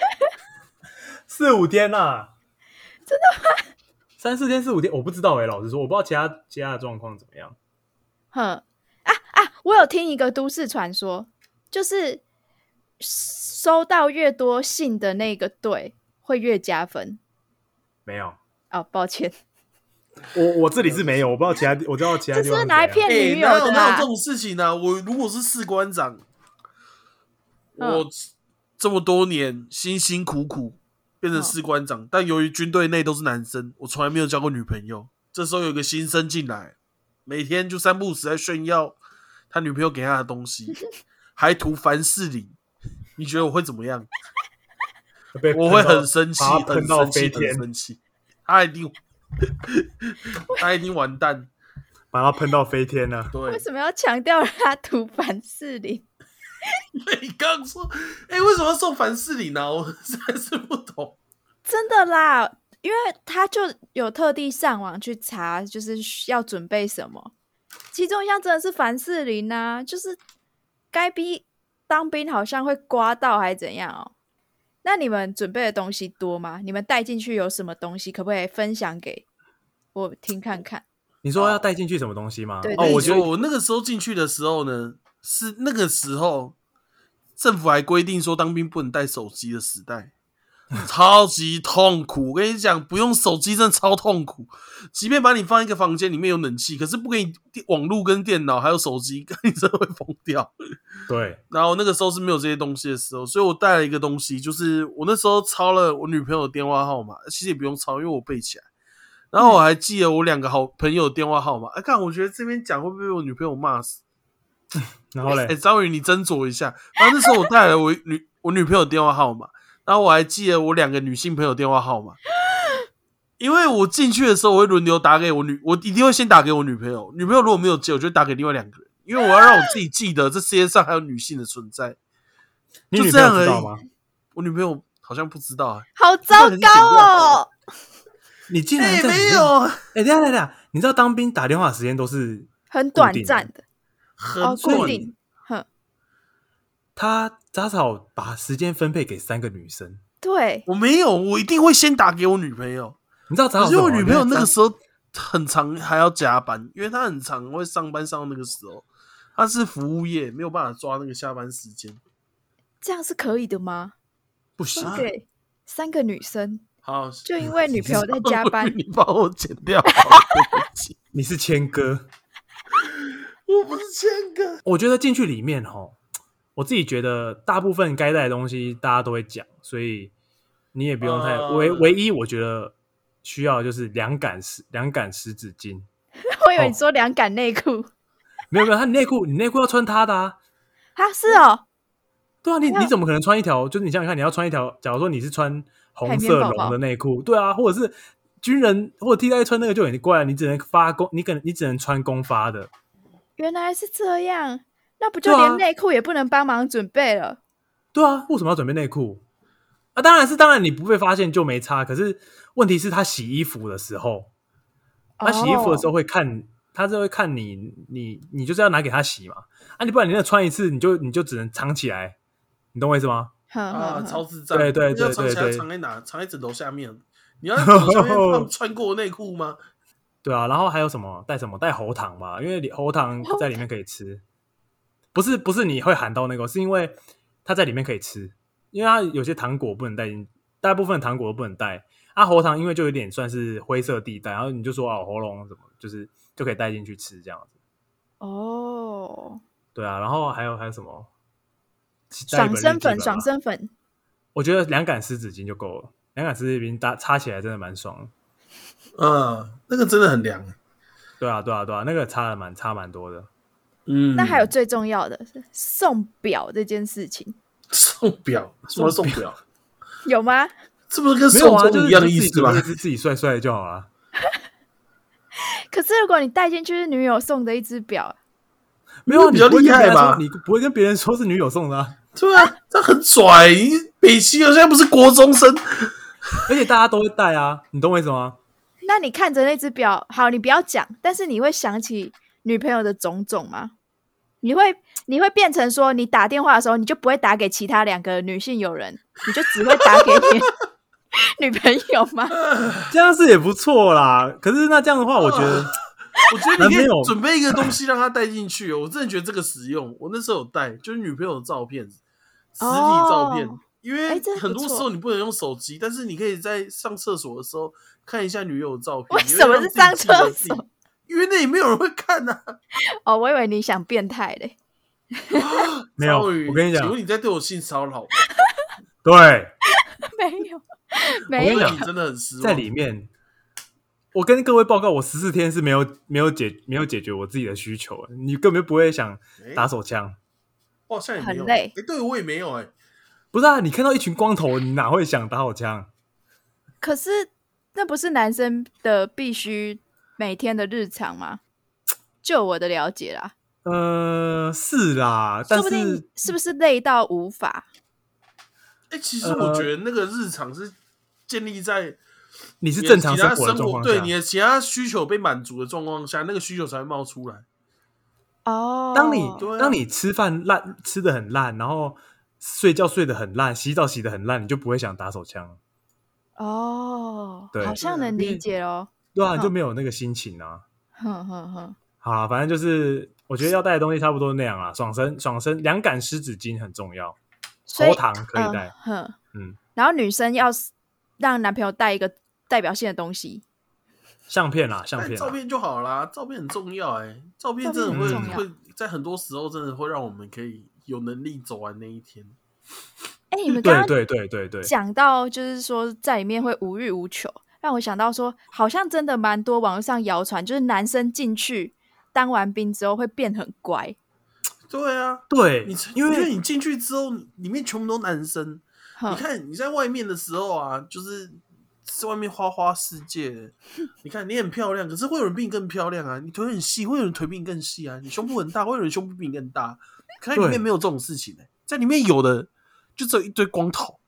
四五天呐、真的吗？三四天、四五天，我不知道哎、老实说，我不知道其他其他的状况怎么样。
哼，啊啊，我有听一个都市传说，就是收到越多信的那个队会越加分。
没有，
哦，抱歉，
我我这里是没有，我不知道其他地，我知道其他
这
地方
是
怎
拿
样
来骗
哎、
女友
哪有
的
哪有
啦
这。种事情呢、啊？我如果是士官长，
嗯
我这么多年辛辛苦苦变
嗯
成士官长，但由于军队内都是男生，我从来没有交过女朋友。这时候有一个新生进来，每天就三不五时在炫耀他女朋友给他的东 西，还涂凡士林。你觉得我会怎么样？
被喷到
我会很生气，
把它
很
喷到
生气，
飞
很
天，
生气。他一定， 他一定完蛋。
把它喷到飞天啊了、
对，
为什么要强调他涂 凡士林？
你刚说，哎、为什么要送凡士林呢、我 实在是不懂。
真的啦，因为他就有特地上网去查，就是需要准备什么。其中一项真的是凡士林呐、就是该逼当兵好像会刮到还是怎样哦。那你们准备的东西多吗？你们带进去有什么东西？可不可以分享给我听看看？
你说要带进去什么东西吗？
对
哦，
对
我觉得
我那个时候进去的时候呢，是那个时候政府还规定说当兵不能带手机的时代，超级痛苦。我跟你讲，不用手机真的超痛苦。即便把你放一个房间里面有冷气，可是不给你电网络跟电脑还有手机， 你真的会疯掉。
对，
然后那个时候是没有这些东西的时候，所以我带了一个东西，就是我那时候抄了我女朋友的电话号码，其实也不用抄，因为我背起来。然后我还记得我两个好朋友的电话号码。哎、看，我觉得这边讲会不会被我女朋友骂死？
然后
哎、
嘞，
张宇，你斟酌一下。然后那时候我带了我女我女朋友的电话号码，然后我还记得我两个女性朋友的电话号码，因为我进去的时候我会轮流打给我女，我一定会先打给我女朋友，女朋友如果没有接，我就打给另外两个人，因为我要让我自己记得这世界上还有女性的存在。
你
就
女
这
朋
样
友知
而
道
已
吗？
我女朋友好像不知道、欸，
好糟
这个很简
糕
单
哦！
你竟
哎、
然在里
没
面
有，
哎、等一下等一下，你知道当兵打电话的时间都是
很
固
短
定的
暂的
很
哦，固
短
定。哼，
他杂草把时间分配给三个女生，
对，
我没有，我一定会先打给我女朋友。
你知道杂
可
草
是
怎么
我
吗
女朋友那
杂
个时候很长，还要加班，因为她很长会上班上到那个时候，她是服务业，没有办法抓那个下班时间。
这样是可以的吗？
不行，
分给三个女生，
好，
就因 为女朋友在加班，
你帮我剪掉好了，对不起，
你是谦哥，
我不是谦哥，
我觉得进去里面哈，我自己觉得大部分该带的东西大家都会讲，所以你也不用太、
呃
唯唯一我觉得需要的就是两杆湿两杆湿纸巾，
我以为你说两杆内裤
没有没有，他内裤你内裤要穿他的啊，
啊，是哦，
对啊，你
那
你怎么可能穿一条？就是你想想看，你要穿一条，假如说你是穿红色
海绵宝宝
绒的内裤，对啊，或者是军人或者替代役穿那个就很怪，你只能发公，你可能你只能穿公发的，
原来是这样，那不就
对啊
连内裤也不能帮忙准备了？
对啊，为什么要准备内裤啊？当然是当然你不被发现就没差，可是问题是他洗衣服的时候，他洗衣服的时候
哦，
会看，他是会看你你你就是要拿给他洗嘛，啊，你不然你那穿一次你就你就只能藏起来，你懂我意思吗？
哼
啊，
哼
超
哼
智障，
对对对
要藏起来
对对
藏在哪？藏在枕头下面。你要在枕头下面放穿过内裤吗？
对啊，然后还有什么带什么带喉糖吧，因为里喉糖在里面可以吃，不是不是你会喊到那个，是因为它在里面可以吃，因为它有些糖果不能带进，大部分糖果都不能带。啊，喉糖因为就有点算是灰色地带，然后你就说哦喉咙怎么就是就可以带进去吃这样子，
哦，
对啊，然后还有还有什么带一
爽
本日记本
身粉，
吧
爽身粉，
我觉得两杆湿纸巾就够了，两杆湿纸巾搭插起来真的蛮爽的，
嗯，那个真的很凉。
对啊对啊对啊，那个擦的蛮差蛮多的，
嗯，
那还有最重要的是送表这件事情
送表，什么送表？
有吗？
这不是跟
没有
送
啊，就
钟
是
一样的
你
意
自己
思
准
吗
备？是自己帅帅的就好了。
可是如果你带进去是女友送的一只表，
没有啊，
那比
你
较
不会
厉
跟
害
别人
吧
说你不会跟别人说是女友送的、啊，
对啊，这很拽。你北西现在不是国中生，
而且大家都会带啊，你懂我意思吗？
那你看着那只表，好，你不要讲，但是你会想起女朋友的种种吗？你会你会变成说，你打电话的时候，你就不会打给其他两个女性友人，你就只会打给你 女朋友吗？
这样是也不错啦。可是那这样的话，我觉 得，
我觉得你
男
可
朋
以
友
准备一个东西让他带进去哦。我真的觉得这个实用。我那时候有带，就是女朋友的照片，实体照片，
哦
因为
哎这
很
很不
多时
错
候你不能用手机，但是你可以在上厕所的时候看一下女友的照片。
为
你会
什么
让
是
自己
上
记得
厕
自己
所？
因为那里没有人会看呐、啊。
哦，我以为你想变态嘞。
没有
赵宇
我跟你讲
请问你在对我性骚扰吗？
对，
没有，
我
没
跟
因
你
为
有
讲
你真的很失望。
在里面，我跟各位报告，我十四天是没有没有解没有解决我自己的需求的，你根本就不会想
哎
打手枪。
我好像也没有。
很
哎
累、
对我也没有哎、
不是啊，你看到一群光头，你哪会想打手枪？
可是那不是男生的必须每天的日常吗？就我的了解啦，
呃，是啦，但
说不定
是
是不是累到无法？
哎、其实我
呃
觉得那个日常是建立在
你是
你的
正常
其他
生活的状况
对
下
你，的其他需求被满足的状况下，那个需求才会冒出来。
哦，
当你、
对啊
当你吃饭烂吃的很烂，然后睡觉睡得很烂，洗澡洗得很烂，你就不会想打手枪，
哦，
对
好像能理解哦。
对啊，
嗯
你就没有那个心情啊。
哼哼哼，
好啦，反正就是我觉得要带的东西差不多那样啊，爽身爽身，两杆湿纸巾很重要，
所以
喉糖可以带，
嗯哼，
嗯，
然后女生要让男朋友带一个代表性的东西，
相片啦，相
但
片啊
哎照
啦，
片就好啦，照片很重要哎、照片真
照
的会
片很重
要
会在很多时候真的会让我们可以有能力走完那一天。
哎，你们刚
对对
刚
对对对，
讲到就是说在里面会无欲无求，让我想到说，好像真的蛮多网络上谣传，就是男生进去当完兵之后会变很乖，
对啊，
对
你，
因
因为
为
你进去之后，里面全部都男生。
哼
嗯
你
啊
看你在外面的时候啊，就是在外面花花世界，你看你很漂亮，可是会有人比你更漂亮啊，你腿很细，会有人腿比你更细啊，你胸部很大，会有人胸部比你更大。可在里
对
面没有这种事情呢、在里面有的就只有一堆光头，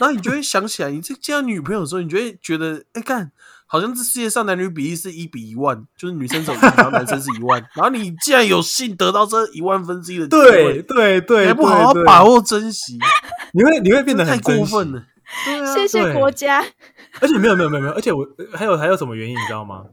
然后你就会想起来，你这见到女朋友的时候，你就会觉得，哎、干，好像这世界上男女比例是一比一万，就是女生走一，然后男生是一万，然后你既然有幸得到这一万分之一的机
对
会，
对对，
你还不
对
好好
对
把握珍惜，
你会你会变得
太
很
过
珍惜
分，了。对啊，
谢谢
对
国家，
而且没有没有没有没有，而且我还有还有什么原因你知道吗？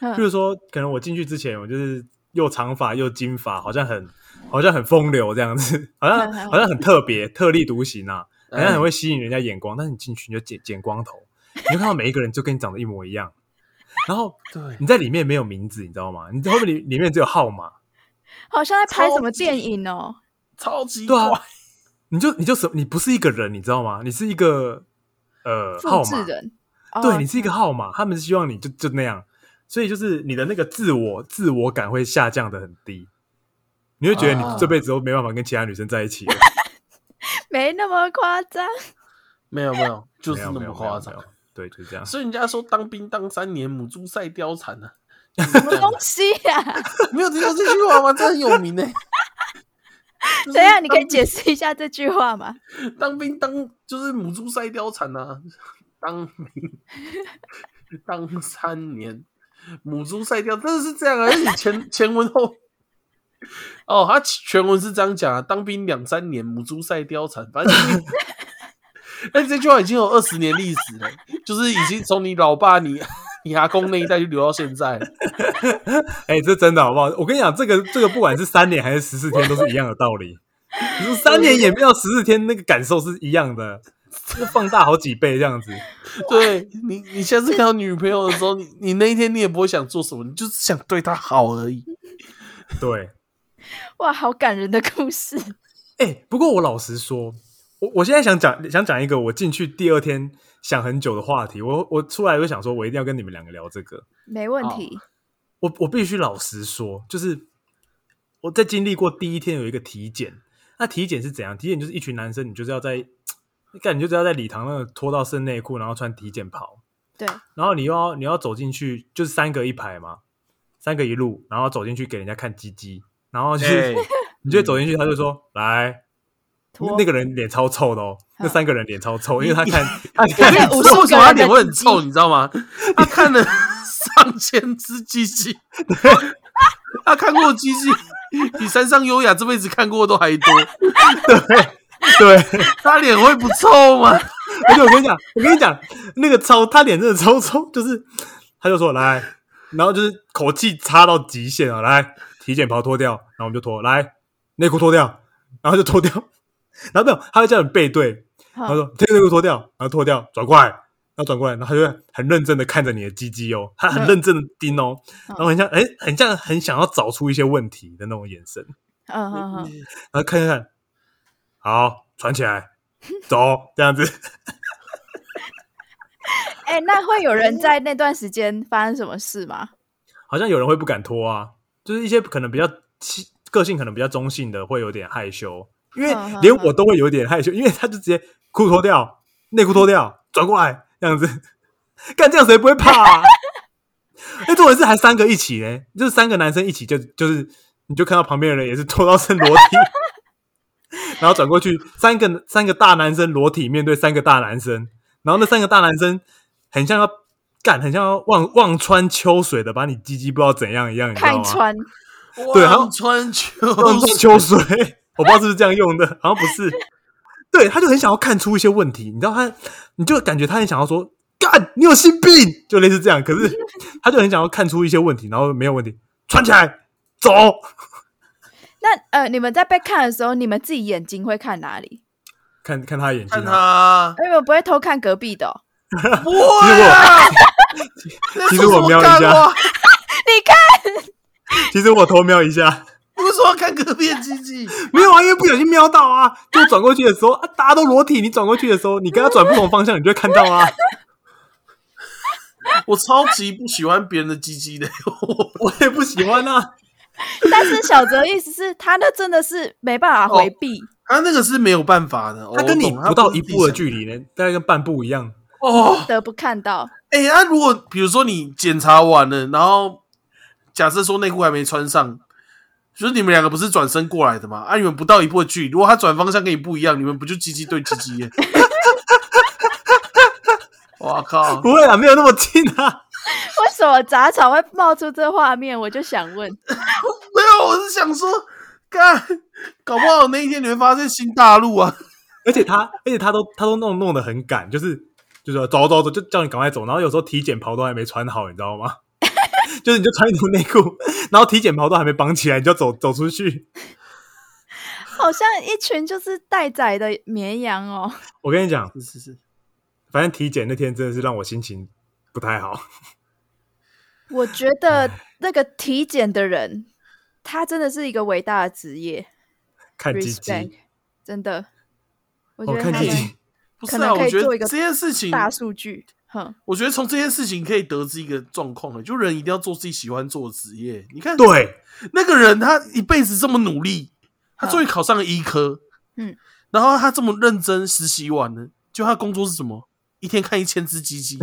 哼
譬如说，可能我进去之前，我就是又长发又金发，好像很好像很风流这样子，好
嗯
像好像很特别、特立独行啊，好
嗯
像很
哎
会吸引人家眼光。但是你进去你就剪剪光头，你就看到每一个人就跟你长得一模一样。然后
对，
你在里面没有名字，你知道吗？你在后面里里面只有号码，
好像在拍什么
超级
电影哦。
超级
对
怪
啊，你就你就什你不是一个人，你知道吗？你是一个呃号
复制
码，
人，哦
对你是一个号码，他们希望你就就那样，所以就是你的那个自我自我感会下降的很低，你会觉得
啊
你这辈子都没办法跟其他女生在一起了，
没那么夸张。
没有 没有，就是
没有
那
没有
么夸，
没有
张
没。有对，就是这样。
所以人家说当兵当三年，母猪赛貂蝉 啊，
什么东西啊呀、
没有听到这句话吗？这很有名呢、欸 就是
等一下，你可以
当
解释一下这句话吗？
当兵当就是母猪赛貂蝉啊，当兵当三年，母猪赛貂真的是这样啊，而且前前文后。哦，他全文是这样讲啊，当兵两三年，母猪赛貂蝉，反正就是 哎，这句话已经有二十年历史了，就是已经从你老爸、你、你阿公那一代就留到现在了。
哎、这真的好不好？我跟你讲，这个这个不管是三年还是十四天，都是一样的道理。你说三年演变到十四天，那个感受是一样的，这个放大好几倍这样子。
对你，你下次看到女朋友的时候，你你那一天你也不会想做什么，你就是想对她好而已。
对，
哇，好感人的故事。
哎、不过我老实说，我我现在想讲想讲一个我进去第二天想很久的话题，我我出来就想说，我一定要跟你们两个聊这个。
没问题，
我我必须老实说，就是我在经历过第一天有一个体检，那体检是怎样？体检就是一群男生，你就是要在，你感觉就是要在礼堂那个脱到剩内裤，然后穿体检袍，
对，
然后你又要你要走进去，就是三个一排嘛，三个一路，然后走进去给人家看鸡鸡，然后就是、
哎
你就会走进去，他就说来，
脱
那个人脸超臭的哦，那三个人脸超臭，因为他看他
我
看
跟
看
你
无
说
数
为什
个
么他
人的
脸会很
鸡鸡
臭，你知道吗？他看了上千只鸡鸡， 他看过鸡鸡比山上优雅这辈子看过都还多，
对，
他脸会不臭 吗？
而且我跟你讲，我跟你讲，那个超他脸真的超臭，就是他就说来，然后就是口气差到极限啊，来体检袍脱掉，然后我们就脱，来内裤脱掉，然后就脱掉，然后没有，他会叫你背对，
好
他说这个内裤脱掉，然后脱掉，转过来，然后转过来，然后他就会很认真的看着你的鸡鸡哦，他很认真的盯哦，然后很像哎，很像很想要找出一些问题的那种眼神，
嗯嗯嗯，
然后看一看，好，传起来，走，这样子。
哎、那会有人在那段时间发生什么事吗？
好像有人会不敢脱啊，就是一些可能比较气个性可能比较中性的会有点害羞，因为
嗯嗯
连我都会有点害羞，因为他就直接裤脱掉，内裤脱掉，转过来这样子，干这样谁不会怕、啊？ 哎，重点是还三个一起呢，就是三个男生一起就就是你就看到旁边的人也是脱到剩裸体。然后转过去，三个三个大男生裸体面对三个大男生，然后那三个大男生很像要干，很像要望望穿秋水的，把你鸡鸡不知道怎样一样，你知道
看
吗？
穿，
对他
望穿秋
望穿
水，
秋水，我不知道是不是这样用的，好像不是。对，他就很想要看出一些问题，你知道他，你就感觉他很想要说干，你有性病，就类似这样。可是他就很想要看出一些问题，然后没有问题，穿起来走。
那呃，你们在被看的时候，你们自己眼睛会看哪里？哎
看看他的眼睛、
看
啊，
他，
你们不会偷看隔壁的哦、
不会啊！
其实我瞄一下
在说什么干话，
你看，
其实我偷瞄一下。
你为什么要看隔壁的鸡鸡？
没有啊，因为不小心瞄到啊，就转过去的时候啊，大家都裸体，你转过去的时候，你跟他转不同方向，你就会看到啊。
我超级不喜欢别人的鸡鸡的， 我
我也不喜欢啊，
但是小泽的意思是他那真的是没办法回避，
哦
他那个是没有办法的，哦
他跟
我
你
懂
不到
是
一
自己
步的
想
距离呢，大概跟半步一样。
哦。
得不看到。
哎、那、如果比如说你检查完了，然后假设说内裤还没穿上，就是你们两个不是转身过来的嘛？啊，你们不到一步的距离，如果他转方向跟你不一样，你们不就鸡鸡对鸡鸡耶？ 我靠！
不会啊，没有那么近啊。
为什么杂草会冒出这画面？我就想问，
没有，我是想说，干，搞不好那一天你会发现新大陆啊！
而且他，而且他都他都弄弄得很赶，就是就是说走走走，就叫你赶快走。然后有时候体检袍都还没穿好，你知道吗？ 就是你就穿一条内裤，然后体检袍都还没绑起来，你就走走出去。
好像一群就是待宰的绵羊哦。
我跟你讲，
是是是，
反正体检那天真的是让我心情不太好。
我觉得那个体检的人，他真的是一个伟大的职业
看鸡
，respect，
鸡，
真的。我觉
我
得
看
他
鸡
们
鸡，
不
可
是
能
啊？
可以
我觉得
做一个
这件事情，
大数据，哼，
我觉得从这件事情可以得知一个状况了，就人一定要做自己喜欢做的职业。你看，
对，
那个人他一辈子这么努力，他终于考上了医科，
嗯，
然后他这么认真实习完了，就他工作是什么？一天看一千只鸡 鸡。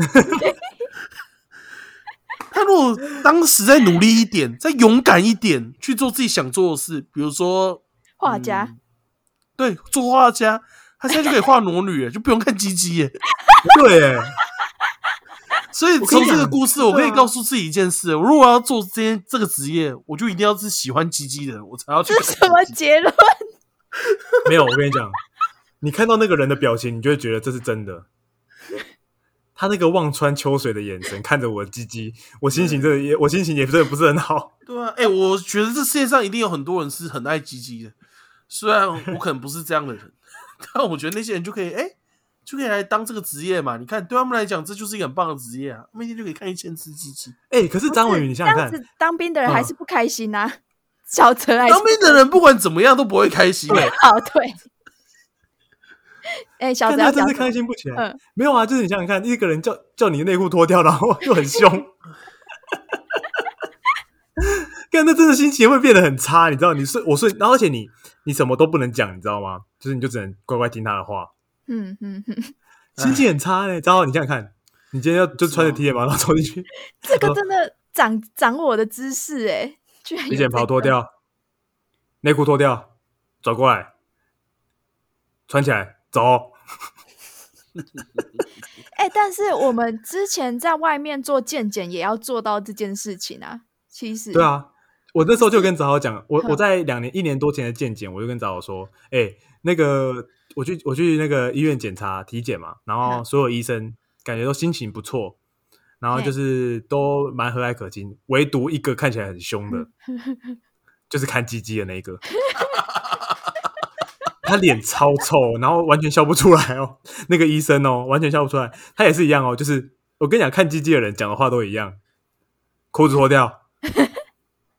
他如果当时再努力一点，再勇敢一点，去做自己想做的事，比如说
画家
嗯，对，做画家，他现在就可以画裸女了，就不用看鸡鸡耶。
对，
所以
跟
从
你
这个
讲
故事，我可以
对啊
告诉自己一件事：我如果要做这件这个职业，我就一定要是喜欢鸡鸡的人，我才要去
这
看
是
鸡鸡。
什 么结论？
没有，我跟你讲，你看到那个人的表情，你就会觉得这是真的。他那个望穿秋水的眼神看着我的鸡鸡，我心情真的也，我心情也真的不是很好。
对啊，哎、我觉得这世界上一定有很多人是很爱鸡鸡的，虽然我可能不是这样的人， 但我觉得那些人就可以，哎、就可以来当这个职业嘛。你看，对他们来讲，这就是一个很棒的职业啊，他们一天就可以看一千只鸡鸡。
哎、可是张文宇，你想想
这样
看，
子当兵的人还
嗯
是不开心呐、小陈还是
当兵的人不管怎么样都不会开心、啊
对
好对。 哎、小
看
陈要
他真
讲
是
什么
开心不起来。
嗯，
没有啊，就是你想想看，一个人叫叫你的内裤脱掉，然后又很凶，看那真的心情会变得很差，你知道？你睡我睡，然后而且你你什么都不能讲，你知道吗？就是你就只能乖乖听他的话，
嗯嗯 嗯，
心情很差 嘞、欸。然后你想想看，你今天要就穿着
是吗
T 恤马上走进去，
这个真的长掌我的知识哎、居然有
皮检袍
这
脱
个，
掉，内裤脱掉，转过来，穿起来走。
哎、但是我们之前在外面做健检也要做到这件事情啊，其实
对，啊，我那时候就跟早早讲，我
嗯
我在两年一年多前的健检，我就跟早早说，哎、那个我去我去那个医院检查体检嘛，然后
嗯
所有医生感觉都心情不错，然后
嘿
就是都蛮和蔼可亲，唯独一个看起来很凶的，就是看鸡鸡的那一个。 他脸超臭，然后完全笑不出来哦。那个医生哦，完全笑不出来。他也是一样哦，就是我跟你讲，看鸡鸡的人讲的话都一样，裤子脱掉，然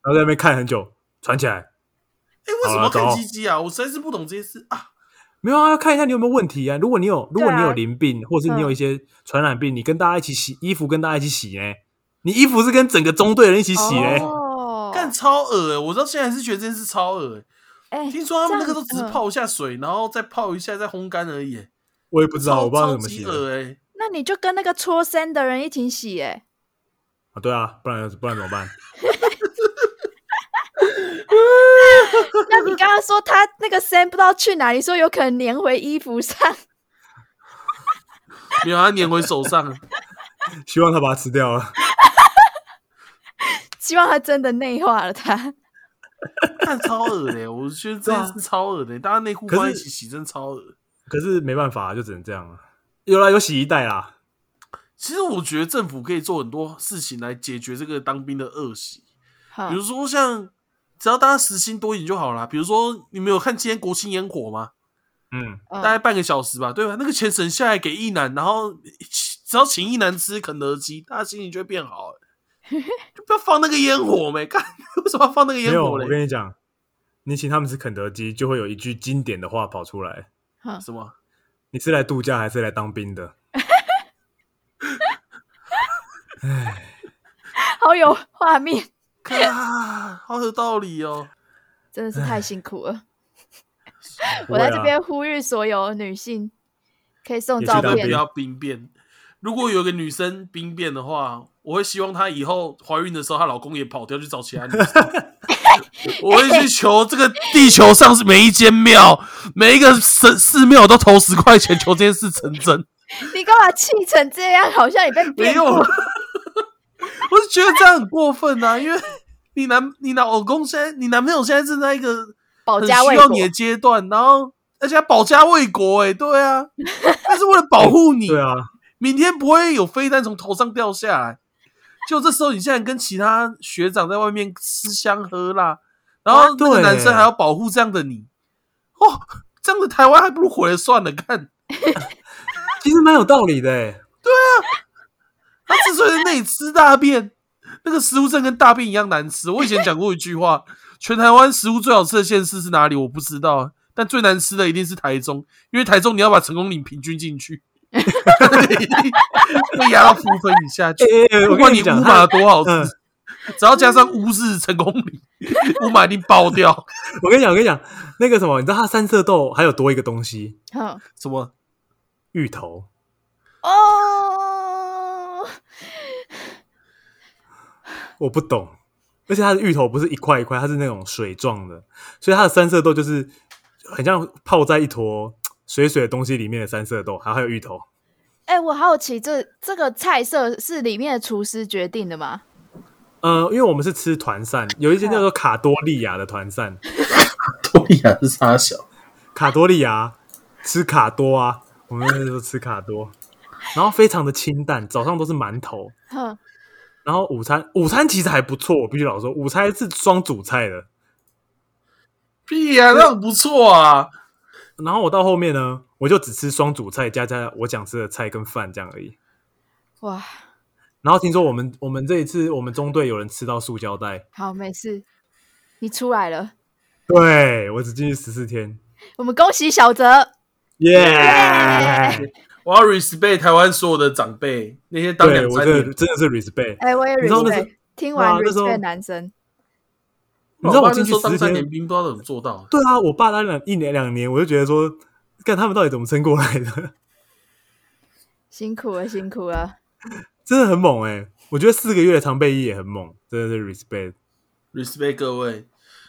后在那边看很久，传起来。
哎、为什么要
好
看
了走
鸡鸡啊？我实在是不懂这些事啊。
没有啊，要看一下你有没有问题啊。如果你有，如
对啊
果你有淋病，或是你有
嗯
一些传染病，你跟大家一起洗衣服，跟大家一起洗呢。你衣服是跟整个中队的人一起洗嘞、
欸
哦，
干超恶、欸，我到现在还是觉得这件事超恶、欸。
哎、
听说他们那个都只
这
是
样嗯
泡一下水，然后再泡一下，再烘干而已、欸。
我也不知道，我不知道
超
怎
超
么
级
洗
恶
的
哎、
那你就跟那个搓身的人一起洗哎、
啊。对啊，不然不然怎么办？
那你刚刚说他那个声不知道去哪里，说有可能粘回衣服上，
没有，他粘回手上。啊
希望他把它吃掉啊了。
希望他真的内化了他。
看超恶的欸、我觉得这件事超恶的欸、大家内裤
啊可是
放在一起洗真的超恶。
可是没办法，就只能这样了。啊有啦，有洗衣袋啦。
其实我觉得政府可以做很多事情来解决这个当兵的恶习，
好
比如说像只要大家时薪多一点就好了。比如说你们有看今天国庆烟火吗？
嗯，
嗯
大概半个小时吧，对吧？那个钱省下来给一男，然后只要请一男吃肯德基，大家心情就会变好欸、就不要放那个烟火没干， 为什么要放那个
没
烟
有。
火
我
嘞？
跟你讲，你请他们吃肯德基，就会有一句经典的话跑出来：
嗯
什么？
你是来度假还是来当兵的？
好有画面，
看啊，好有道理哦。
真的是太辛苦了。
不会
我在这
啦
边呼吁所有女性，可以 送
也
照
去当
不
兵
片。
要兵变。如果有个女生兵变的话，我会希望她以后怀孕的时候，她老公也跑掉去找其他女生。 我会去求这个地球上是每一间庙、每一个神寺庙都投十块钱求这件事成真。
你干嘛气成这样？好像你被
没
变
有，啊
过
我是觉得这样很过分啊，因为你男你老公现在你男朋友现在正在一个
保
很
家卫
需要
国
你。的阶段，然后而且还保家卫国、欸，对啊， 他是为了保护你，
对啊，
明天不会有飞弹从头上掉下来。就这时候，你现在跟其他学长在外面吃香喝辣，然后那个
对
男生还要保护这样的你，哦，这样子台湾还不如回来算了。看
其实蛮有道理的、欸。
他之所以内吃大便，那个食物真的跟大便一样难吃。我以前讲过一句话，全台湾食物最好吃的县市是哪里？我不知道，但最难吃的一定是台中，因为台中你要把成功岭平均进去， 会压到负分以下去。
欸欸
不
我
管
跟
哎你
讲，
五
他
马多好吃，
嗯
只要加上乌日成功里，乌马一定爆掉。
我跟你讲，我跟你讲，那个什么，你知道它三色豆还有多一个东西，
好
什么？
芋头。
哦，
我不懂，而且它的芋头不是一块一块，它是那种水状的，所以它的三色豆就是很像泡在一坨水水的东西里面的三色豆，还有还有芋头。
哎、我好奇这这个菜色是里面的厨师决定的吗？
呃，因为我们是吃团扇，有一间叫做卡多利亚的团扇，
对呀，是差小。
卡多利亚吃卡多啊，我们那时候吃卡多，然后非常的清淡，早上都是馒头，
哼，
然后午餐午餐其实还不错，我必须老实说，午餐是双主菜的，
屁呀、那很不错啊！
然后我到后面呢，我就只吃双主菜加加我想吃的菜跟饭这样而已。
哇，
然后听说我们我们这一次我们中队有人吃到塑胶袋，
好，没事，你出来了，
对我只进去十四天，
我们恭喜小泽。
耶、
我要 respect 台湾所有的长辈，那些当
对
两
我
餐
真的
年，
真的是 respect，、
哎、我也
你知道那时
respect，听完
啊
哇那时候
respect 男生，
你知道我
爸那
进
时
去
候
十
当
四
三
天
年，兵不知道怎么做到的。
对啊，我爸当两一年两年，我就觉得说，看他们到底怎么撑过来的，
辛苦了，辛苦了。
真的很猛哎、我觉得四个月的常备役也很猛，真的是 respect。
respect 各位。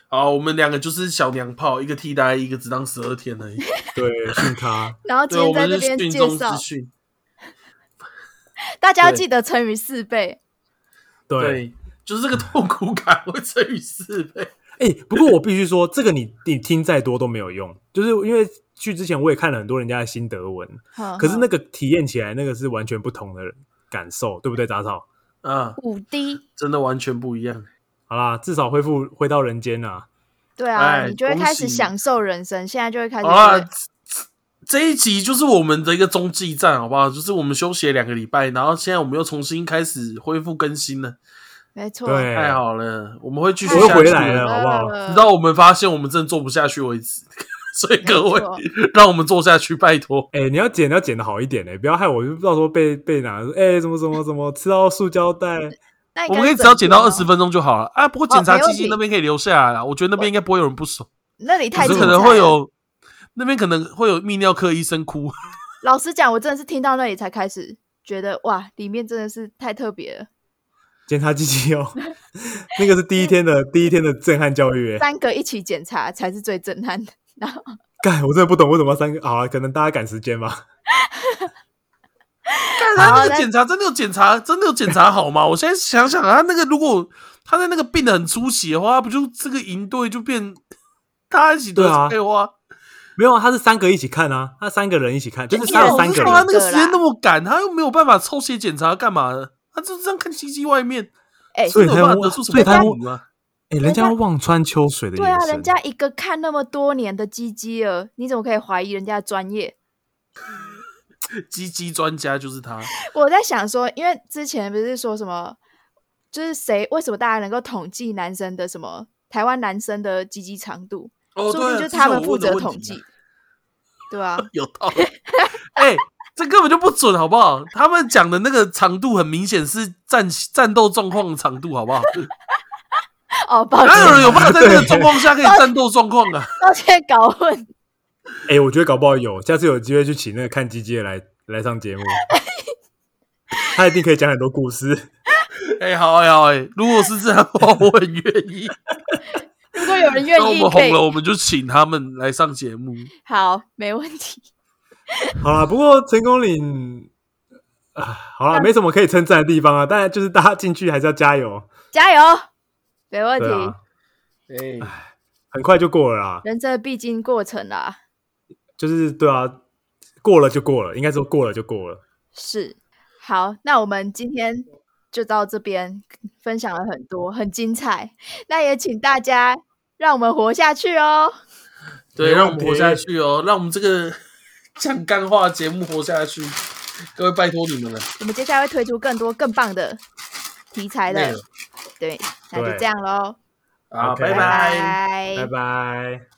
好，我们两个就是小娘炮，一个替代，一个只当十二天 而已。
对，训他，
然后今
对，啊我
天在
们是
这边
训
介
中
绍
之，训。
大家要
对
记得乘以四倍。
对，
对，就是这个痛苦感会乘以四倍。
哎、不过我必须说，这个你你听再多都没有用，就是因为去之前我也看了很多人家的心得文，
哼
可是那
哼
个体验起来，那个是完全不同的感受，对不对，杂草？
啊，
五 D，
真的完全不一样。
好啦，至少恢复回到人间啦。
对啊，
哎
你就会开始
恭喜啊
享受人生，现在就会开始
好啦，这这一集就是我们的一个中继站，好不好？就是我们休息了两个礼拜，然后现在我们又重新开始恢复更新了，
没错，
对，
太好了，我们会继续
哎我又
下去
回来了，
的
好不好？
呃
直到我们发现我们真的做不下去为止。 所以各位
没错，
让我们做下去，拜托。
哎、你要剪，你要剪的好一点哎、不要害我，就到时候被被拿说，哎、怎么怎么怎么吃到塑胶袋？
那应
我
该
们可以
是
只要
整
剪到
天
二
哦
十，分钟就好了啊。不过检
哦
查
没问
基
题
金那边可以留下来啦，我觉得那边应该不会有人不爽，
那里
可
太
你
是
说
精
可
彩
能会
了。
有那边可能会有泌尿科医生哭。
老实讲，我真的是听到那里才开始觉得哇，里面真的是太特别了，
检查机器哦， 那个是第一天的第一天的震撼教育哎、
三个一起检查才是最震撼的。然后
干，我真的不懂为什么要三个，好啊，可能大家赶时间吧。
但他那
那
个检查真的有检查，真的有检查好吗？我 现在想想啊，他那个如果他在那个病得很出血的话，不就这个营队就变大家一起得
对啊
废话？
没有啊，他是三个一起看啊，他三个人一起看，就是
一
杀
人
了三
哎我就
个
说他
人。
那个时间那么赶，他又没有办法抽血检查干嘛的？他就这样看鸡鸡外面，
哎，
所以
真的有办法得出什
所
么
以他
病啊？
哎、人家要望穿秋水的眼
对
神，
啊，人家一个看那么多年的鸡鸡了，你怎么可以怀疑人家的专业？
鸡鸡专家就是他，
我在想说，因为之前不是说什么，就是谁为什么大家能够统计男生的什么台湾男生的鸡鸡长度，
哦，
说不定
对啊，
就
这
他
我
们负
问的
责
问
统
题啊
计，对啊，
有道理。哎、这根本就不准，好不好？他们讲的那个长度很明显是战战斗状况的长度，好不好？
哦，抱
哪
歉，
有人有办法在那个状况下可以战斗状况啊？
抱歉，搞混。
哎、我觉得搞不好有，下次有机会去请那个看鸡鸡的来来上节 目，他一定可以讲很多故事。
哎、好哎、好哎、如果是这样的话，我很愿 意。
如果有人愿
那我
意
们，
可以
红了，我们就请他们来上节目。
好，没问题。
好啦，不过成功岭啊，好啦，没什么可以称赞的地方啊，当然就是大家进去还是要加油，
加油，没问题，
对啊，
哎、
很快就过了啦，
人生的必经过程啊啦。
就是对啊，过了就过了，应该说过了就过了。
是，好，那我们今天就到这边，分享了很多，很精彩。那也请大家让我们活下去哦。
对，
没
让我
问
们
题
活下去哦，让我们这个 讲干话的节目活下去，各位拜托你们了，
我们接下来会推出更多更棒的题材
累
的
了，
对，那就
对
这样喽，
啊，
OK
拜
拜
拜。
拜拜。